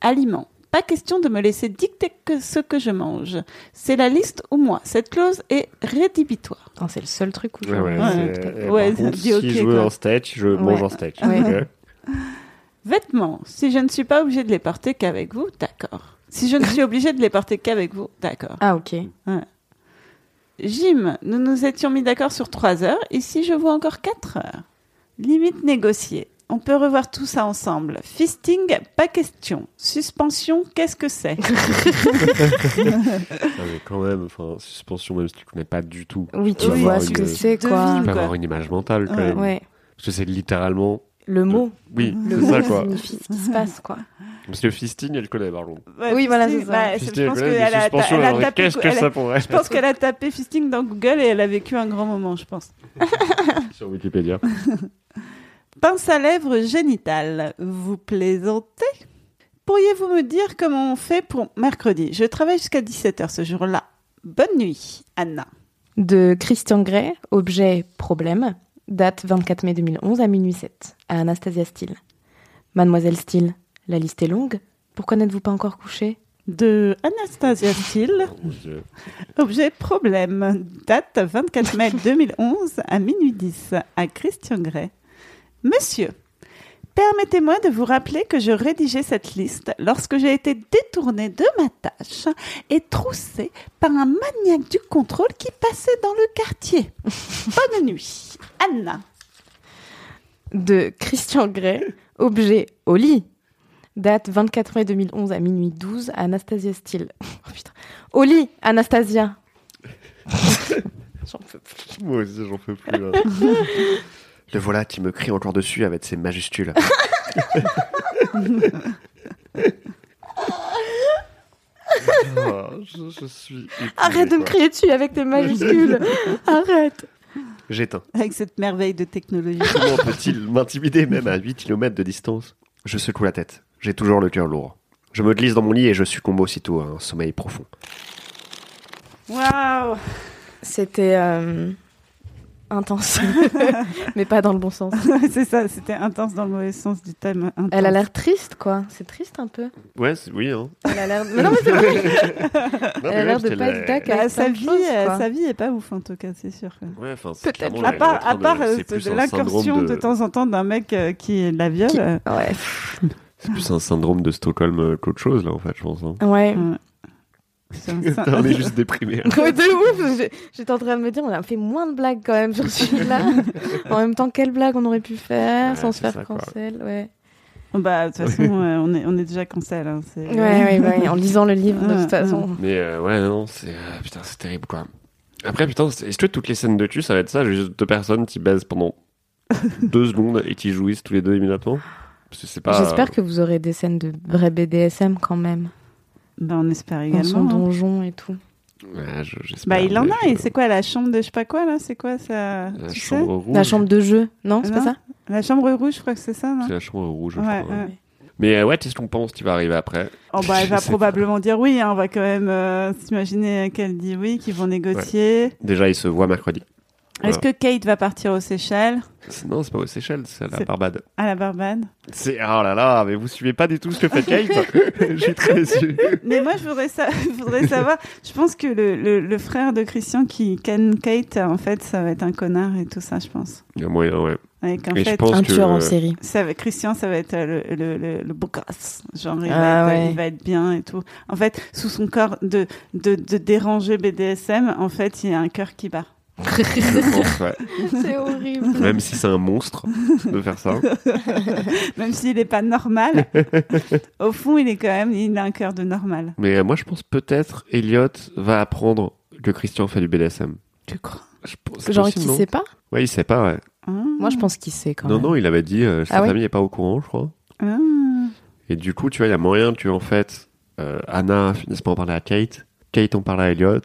[SPEAKER 3] Aliments. Pas question de me laisser dicter que ce que je mange. C'est la liste ou moi. Cette clause est rédhibitoire.
[SPEAKER 6] Putain, c'est le seul truc où je.
[SPEAKER 1] Ouais, ouais,
[SPEAKER 3] Ouais,
[SPEAKER 1] c'est-
[SPEAKER 6] ouais.
[SPEAKER 1] eh,
[SPEAKER 3] Ouais,
[SPEAKER 1] par contre,
[SPEAKER 3] dis ok,
[SPEAKER 1] si je veux
[SPEAKER 3] quoi.
[SPEAKER 1] un steak, je mange
[SPEAKER 6] Ouais.
[SPEAKER 1] un steak.
[SPEAKER 6] Ouais.
[SPEAKER 1] Ok.
[SPEAKER 3] Vêtements. Si je ne suis pas obligée de les porter qu'avec vous, d'accord. Si je ne
[SPEAKER 6] [LAUGHS]
[SPEAKER 3] suis obligée de les porter qu'avec vous, d'accord.
[SPEAKER 6] Ah, ok.
[SPEAKER 3] Gym. Nous nous étions mis d'accord sur 3 heures. Ici, je vois encore 4 heures. Limite négociée. On peut revoir tout ça ensemble. Fisting, pas question. Suspension, qu'est-ce que c'est
[SPEAKER 1] Ah, mais quand même, enfin, suspension, même si tu connais pas du tout.
[SPEAKER 6] Oui, tu
[SPEAKER 1] Oui,
[SPEAKER 6] vois
[SPEAKER 1] oui,
[SPEAKER 6] ce que
[SPEAKER 1] oui.
[SPEAKER 6] c'est, quoi.
[SPEAKER 1] Tu peux
[SPEAKER 3] Quoi.
[SPEAKER 1] avoir une image mentale quand
[SPEAKER 3] Ouais.
[SPEAKER 1] même.
[SPEAKER 6] Ouais.
[SPEAKER 1] Parce que c'est littéralement.
[SPEAKER 6] Le mot.
[SPEAKER 1] Oui,
[SPEAKER 6] Le
[SPEAKER 1] c'est ça
[SPEAKER 6] mot [LAUGHS]
[SPEAKER 1] quoi.
[SPEAKER 6] signifie ce qui se passe, quoi.
[SPEAKER 1] Parce que fisting, elle connaît par contre.
[SPEAKER 3] Ouais,
[SPEAKER 6] [LAUGHS] Oui, voilà,
[SPEAKER 3] fisting,
[SPEAKER 6] c'est ça.
[SPEAKER 3] bah, c'est-
[SPEAKER 1] Fisting,
[SPEAKER 3] je
[SPEAKER 1] elle
[SPEAKER 3] pense
[SPEAKER 1] connaît, mais
[SPEAKER 3] qu'elle a,
[SPEAKER 1] suspension,
[SPEAKER 3] elle a
[SPEAKER 1] alors,
[SPEAKER 3] tapé,
[SPEAKER 1] Qu'est-ce que
[SPEAKER 3] elle a-
[SPEAKER 1] ça pourrait
[SPEAKER 3] [LAUGHS] je pense qu'elle a tapé fisting dans Google et elle a vécu un grand moment, je pense.
[SPEAKER 1] Sur Wikipédia.
[SPEAKER 3] Pince à lèvres génitale. Vous plaisantez Pourriez-vous me dire comment on fait pour mercredi Je travaille jusqu'à 17h ce jour-là. Bonne nuit, Anna.
[SPEAKER 6] De Christian Grey, objet problème, date 24 mai 2011 à minuit 7, à Anastasia Steele. Mademoiselle Steele, la liste est longue. Pourquoi n'êtes-vous pas encore couchée
[SPEAKER 3] De Anastasia Steele.
[SPEAKER 1] Oh, Mon Dieu.
[SPEAKER 3] Objet problème. Date 24 mai 2011 à minuit 10 à Christian Grey. Monsieur, permettez-moi de vous rappeler que je rédigeais cette liste lorsque j'ai été détournée de ma tâche et troussée par un maniaque du contrôle qui passait dans le
[SPEAKER 1] [LAUGHS]
[SPEAKER 3] quartier. Bonne nuit, Anna.
[SPEAKER 6] De Christian [LAUGHS] Grey, objet au lit, date 24 mai 2011 à minuit 12 à Anastasia Steele. [LAUGHS] Oh putain. Au lit, Anastasia J'en peux
[SPEAKER 1] [LAUGHS]
[SPEAKER 6] plus.
[SPEAKER 1] Moi aussi, j'en peux plus
[SPEAKER 3] [LAUGHS]
[SPEAKER 1] là. Le voilà qui me crie encore dessus avec ses majuscules. Ah, je, je suis. épuisé,
[SPEAKER 6] Arrête de me
[SPEAKER 1] quoi.
[SPEAKER 6] crier dessus avec tes [LAUGHS] majuscules Arrête
[SPEAKER 1] J'éteins.
[SPEAKER 3] Avec cette merveille de technologie.
[SPEAKER 1] Comment peut-il m'intimider même à 8 km de distance Je secoue la tête. J'ai toujours le cœur lourd. Je me glisse dans mon lit et je succombe aussitôt à un sommeil profond.
[SPEAKER 3] Waouh
[SPEAKER 6] C'était euh, intense, [LAUGHS] mais pas dans le bon sens.
[SPEAKER 3] [LAUGHS] C'est ça, c'était intense dans le mauvais sens du thème.
[SPEAKER 6] Elle a l'air triste, quoi. C'est triste un peu.
[SPEAKER 1] Ouais, c'est- oui, hein.
[SPEAKER 6] Elle a l'air. Mais non, mais c'est vrai. Elle a l'air de pas être d'accord.
[SPEAKER 3] Bah,
[SPEAKER 6] avec
[SPEAKER 3] sa,
[SPEAKER 6] plein de
[SPEAKER 3] vie,
[SPEAKER 6] choses,
[SPEAKER 3] euh,
[SPEAKER 6] quoi.
[SPEAKER 3] sa vie est pas ouf en tout cas, c'est sûr. quoi.
[SPEAKER 1] Ouais, enfin, c'est
[SPEAKER 6] Peut-être.
[SPEAKER 1] clairement,
[SPEAKER 3] À
[SPEAKER 1] elle est
[SPEAKER 3] part,
[SPEAKER 1] en
[SPEAKER 3] à
[SPEAKER 1] train
[SPEAKER 3] part
[SPEAKER 1] de-
[SPEAKER 3] euh,
[SPEAKER 1] c'est
[SPEAKER 3] de,
[SPEAKER 1] plus un
[SPEAKER 3] l'incursion
[SPEAKER 1] syndrome
[SPEAKER 3] de... temps en temps d'un mec euh, qui la viole.
[SPEAKER 6] Qui-
[SPEAKER 1] [LAUGHS]
[SPEAKER 3] euh,
[SPEAKER 6] Ouais.
[SPEAKER 1] C'est plus un syndrome de Stockholm euh, qu'autre chose, là, en fait, je pense. hein.
[SPEAKER 6] [LAUGHS] [LAUGHS] Ouais.
[SPEAKER 3] c'est un- c'est un-
[SPEAKER 6] [LAUGHS]
[SPEAKER 1] On est Ah, juste déprimé. hein.
[SPEAKER 6] de ouf. j'ai- J'étais en train de me dire, on a fait moins de blagues quand même sur [LAUGHS] celui-là. en même temps, quelle blague on aurait pu faire
[SPEAKER 1] Ouais,
[SPEAKER 6] sans se
[SPEAKER 1] c'est
[SPEAKER 6] faire
[SPEAKER 1] ça, quoi.
[SPEAKER 6] cancel. Ouais.
[SPEAKER 3] [LAUGHS] Bah, de
[SPEAKER 1] [LAUGHS]
[SPEAKER 3] toute façon, euh, on, est, on est déjà cancel. hein, c'est-
[SPEAKER 6] Ouais, ouais, ouais. En lisant le livre, de
[SPEAKER 3] Ouais,
[SPEAKER 6] toute façon.
[SPEAKER 1] Mais euh, ouais, non, c'est. euh, putain, c'est terrible, quoi. Après, putain, c'est- est-ce que toutes les scènes de cul, ça va être ça Juste deux personnes qui baisent
[SPEAKER 3] [LAUGHS]
[SPEAKER 1] pendant deux secondes et qui jouissent tous les deux immédiatement Parce que c'est pas.
[SPEAKER 6] J'espère que vous aurez des scènes de vrai BDSM quand même.
[SPEAKER 3] Bah, on espère
[SPEAKER 6] Dans son
[SPEAKER 3] également. hein.
[SPEAKER 6] donjon et tout.
[SPEAKER 1] Ouais, je- j'espère,
[SPEAKER 3] Bah, il en
[SPEAKER 1] mais
[SPEAKER 3] a, et
[SPEAKER 1] je-
[SPEAKER 3] c'est quoi la chambre de je sais pas quoi là C'est quoi ça
[SPEAKER 1] La
[SPEAKER 3] tu
[SPEAKER 1] chambre rouge. [LAUGHS]
[SPEAKER 6] La chambre de jeu, non C'est
[SPEAKER 3] Non.
[SPEAKER 6] pas ça
[SPEAKER 3] sais La chambre rouge, je crois que c'est ça, non
[SPEAKER 1] C'est la chambre rouge, je
[SPEAKER 3] hein. Ouais,
[SPEAKER 1] crois.
[SPEAKER 3] ouais.
[SPEAKER 1] Mais euh, ouais, qu'est-ce qu'on pense qui va arriver après
[SPEAKER 3] Oh bah,
[SPEAKER 1] [LAUGHS]
[SPEAKER 3] elle
[SPEAKER 1] Je
[SPEAKER 3] va
[SPEAKER 1] sais pas.
[SPEAKER 3] probablement dire oui. hein, On va quand même euh, s'imaginer qu'elle dit oui, qu'ils vont négocier.
[SPEAKER 1] Déjà, ils se voient mercredi.
[SPEAKER 3] Est-ce que Kate va partir aux Seychelles,
[SPEAKER 1] C'est- Non, c'est pas aux Seychelles, c'est à la
[SPEAKER 3] C'est-
[SPEAKER 1] Barbade.
[SPEAKER 3] à la Barbade
[SPEAKER 1] C'est oh là là, mais vous suivez pas du tout ce que fait
[SPEAKER 3] [LAUGHS]
[SPEAKER 1] Kate. J'ai très déçu.
[SPEAKER 3] Mais moi, je voudrais, sa- [LAUGHS] je voudrais savoir. Je pense que le, le- le frère de Christian qui ken Kate, en fait, ça va être un connard et tout ça, je pense.
[SPEAKER 1] Il y a moyen, ouais.
[SPEAKER 3] Avec en
[SPEAKER 1] Et je
[SPEAKER 3] fait,
[SPEAKER 1] pense
[SPEAKER 6] Un
[SPEAKER 1] que
[SPEAKER 6] tueur en
[SPEAKER 1] euh,
[SPEAKER 6] série.
[SPEAKER 3] ça va- Christian, ça va être euh, le, le, le, le beau gosse. Genre, il,
[SPEAKER 6] Ah
[SPEAKER 3] va être,
[SPEAKER 6] ouais.
[SPEAKER 3] il va être bien et tout. En fait, sous son corps de, de, de dérangé BDSM, en fait, il y a un cœur qui bat. [LAUGHS]
[SPEAKER 1] je pense, ouais.
[SPEAKER 6] [LAUGHS] C'est [LAUGHS] horrible.
[SPEAKER 1] Même si c'est un monstre de faire
[SPEAKER 6] [LAUGHS]
[SPEAKER 1] ça.
[SPEAKER 3] Même s'il n'est
[SPEAKER 1] [LAUGHS]
[SPEAKER 3] pas normal, au fond, il est quand même, il a un cœur de normal.
[SPEAKER 1] Mais euh, moi, je pense peut-être Elliot va apprendre que Christian fait du BDSM.
[SPEAKER 3] Tu crois
[SPEAKER 1] Je pense c'est
[SPEAKER 6] Genre,
[SPEAKER 1] possible,
[SPEAKER 6] qui
[SPEAKER 1] non
[SPEAKER 6] sait pas
[SPEAKER 1] Ouais, il sait pas, ouais.
[SPEAKER 3] Hein
[SPEAKER 6] Moi, je pense qu'il sait quand
[SPEAKER 1] non,
[SPEAKER 6] même.
[SPEAKER 1] non, il avait dit, euh, sa
[SPEAKER 6] Ah ouais
[SPEAKER 1] famille n'est pas au courant, je crois.
[SPEAKER 3] Ah,
[SPEAKER 1] Et du coup, tu vois, il y a moyen que, en fait, euh, Anna finisse par en parler à Kate. Kate en parle à Elliot.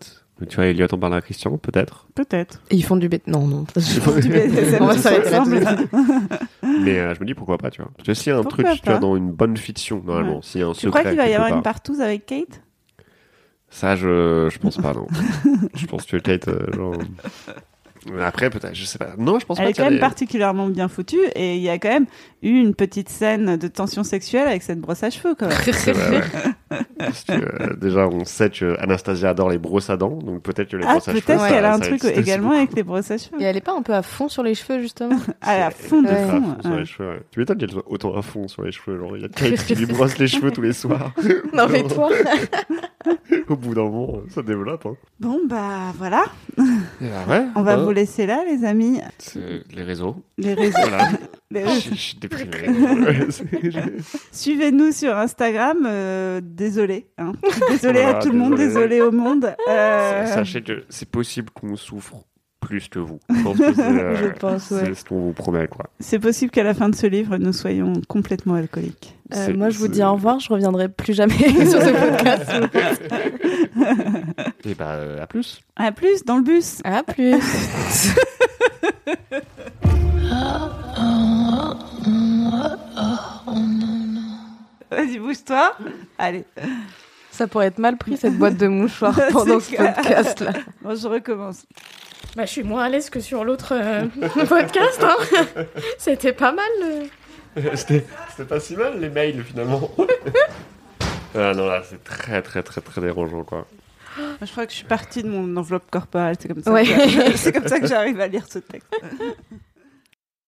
[SPEAKER 1] Tu vois, Elliot en parle à Christian, peut-être. [LAUGHS]
[SPEAKER 3] Peut-être.
[SPEAKER 6] Et ils font du bête. Non, non.
[SPEAKER 3] Du BDSM,
[SPEAKER 6] On va
[SPEAKER 3] tout
[SPEAKER 6] s'arrêter
[SPEAKER 3] ensemble.
[SPEAKER 1] Mais euh, je me dis, pourquoi pas, tu vois. Parce que s'il y a un
[SPEAKER 3] Pourquoi
[SPEAKER 1] truc, tu vois,
[SPEAKER 3] pas
[SPEAKER 1] dans une bonne fiction, normalement, s'il y a un
[SPEAKER 3] Tu
[SPEAKER 1] secret.
[SPEAKER 3] crois qu'il va y
[SPEAKER 1] quelque
[SPEAKER 3] avoir une
[SPEAKER 1] part.
[SPEAKER 3] partouze avec Kate
[SPEAKER 1] Ça, je, je pense
[SPEAKER 3] [LAUGHS]
[SPEAKER 1] pas, non. je pense que Kate, euh, genre. euh, Après, peut-être, je sais pas. Non, je pense
[SPEAKER 3] Elle
[SPEAKER 1] pas.
[SPEAKER 3] est
[SPEAKER 1] qu'il y
[SPEAKER 3] quand
[SPEAKER 1] a
[SPEAKER 3] même
[SPEAKER 1] des-
[SPEAKER 3] particulièrement bien foutue et il y a quand même eu une petite scène de tension sexuelle avec cette brosse à cheveux. Quand même.
[SPEAKER 1] [LAUGHS] C'est vrai, ouais. Parce que, euh, déjà, on sait que Anastasia adore les brosses à dents, donc peut-être que les
[SPEAKER 3] Ah,
[SPEAKER 1] brosses à
[SPEAKER 3] peut-être
[SPEAKER 1] cheveux. ça-
[SPEAKER 3] qu'elle a un
[SPEAKER 1] ça
[SPEAKER 3] truc
[SPEAKER 1] existe
[SPEAKER 3] également
[SPEAKER 1] beaucoup.
[SPEAKER 3] avec les brosses à
[SPEAKER 6] Et
[SPEAKER 3] cheveux.
[SPEAKER 6] elle est pas un peu à fond sur les cheveux, justement
[SPEAKER 3] À la fond de
[SPEAKER 1] Elle est à
[SPEAKER 3] fond.
[SPEAKER 1] fond sur
[SPEAKER 3] hein.
[SPEAKER 1] les cheveux, ouais. Tu m'étonnes qu'elle soit autant à fond sur les cheveux. Genre, il y a Kate qui lui brosse les cheveux tous les soirs. [LAUGHS]
[SPEAKER 6] [LAUGHS] Non, mais toi
[SPEAKER 1] Au bout d'un moment, ça développe. Hein.
[SPEAKER 3] Bon, bah voilà.
[SPEAKER 1] bah ouais, hein,
[SPEAKER 3] On va vous laisser là, les amis.
[SPEAKER 1] Les réseaux. [LAUGHS]
[SPEAKER 3] Les réseaux.
[SPEAKER 1] Voilà.
[SPEAKER 3] les réseaux.
[SPEAKER 1] Je suis
[SPEAKER 6] [LAUGHS]
[SPEAKER 1] déprimé.
[SPEAKER 6] Euh.
[SPEAKER 1] [LAUGHS]
[SPEAKER 3] Suivez-nous sur Instagram. euh, désolé. hein. Désolé
[SPEAKER 1] [LAUGHS]
[SPEAKER 3] à
[SPEAKER 1] Voilà,
[SPEAKER 3] tout le monde.
[SPEAKER 1] désolé.
[SPEAKER 3] Désolé au monde. Euh,
[SPEAKER 1] Sachez que c'est possible qu'on souffre plus que vous. Je pense que c'est, euh,
[SPEAKER 6] [LAUGHS] Je pense, ouais.
[SPEAKER 1] c'est ce qu'on vous promet, quoi.
[SPEAKER 3] C'est possible qu'à la fin de ce livre, nous soyons complètement alcooliques.
[SPEAKER 6] Euh,
[SPEAKER 1] C'est-
[SPEAKER 6] Moi, je vous
[SPEAKER 1] c'est-
[SPEAKER 6] dis au revoir, je reviendrai plus jamais [LAUGHS] sur ce podcast. je pense.
[SPEAKER 1] Et bah, euh, à plus.
[SPEAKER 3] À plus dans le bus.
[SPEAKER 6] [LAUGHS] À plus
[SPEAKER 3] Vas-y, bouge-toi. Allez.
[SPEAKER 6] Ça pourrait être mal pris, cette boîte de [LAUGHS] mouchoirs,
[SPEAKER 3] C'est
[SPEAKER 6] pendant ce
[SPEAKER 3] clair.
[SPEAKER 6] podcast-là.
[SPEAKER 3] Bon, je recommence.
[SPEAKER 7] Bah, je suis moins à l'aise que sur l'autre euh, [LAUGHS] podcast. Hein. [LAUGHS] C'était pas mal. euh. le-
[SPEAKER 1] C'était c'était pas si mal les mails [LAUGHS] finalement. ah non, là c'est très très très très dérangeant quoi.
[SPEAKER 3] Moi, je crois que [LAUGHS] je suis partie de mon enveloppe corporelle. C'est comme ça
[SPEAKER 6] Ouais.
[SPEAKER 3] que- c'est comme ça que j'arrive à lire ce texte.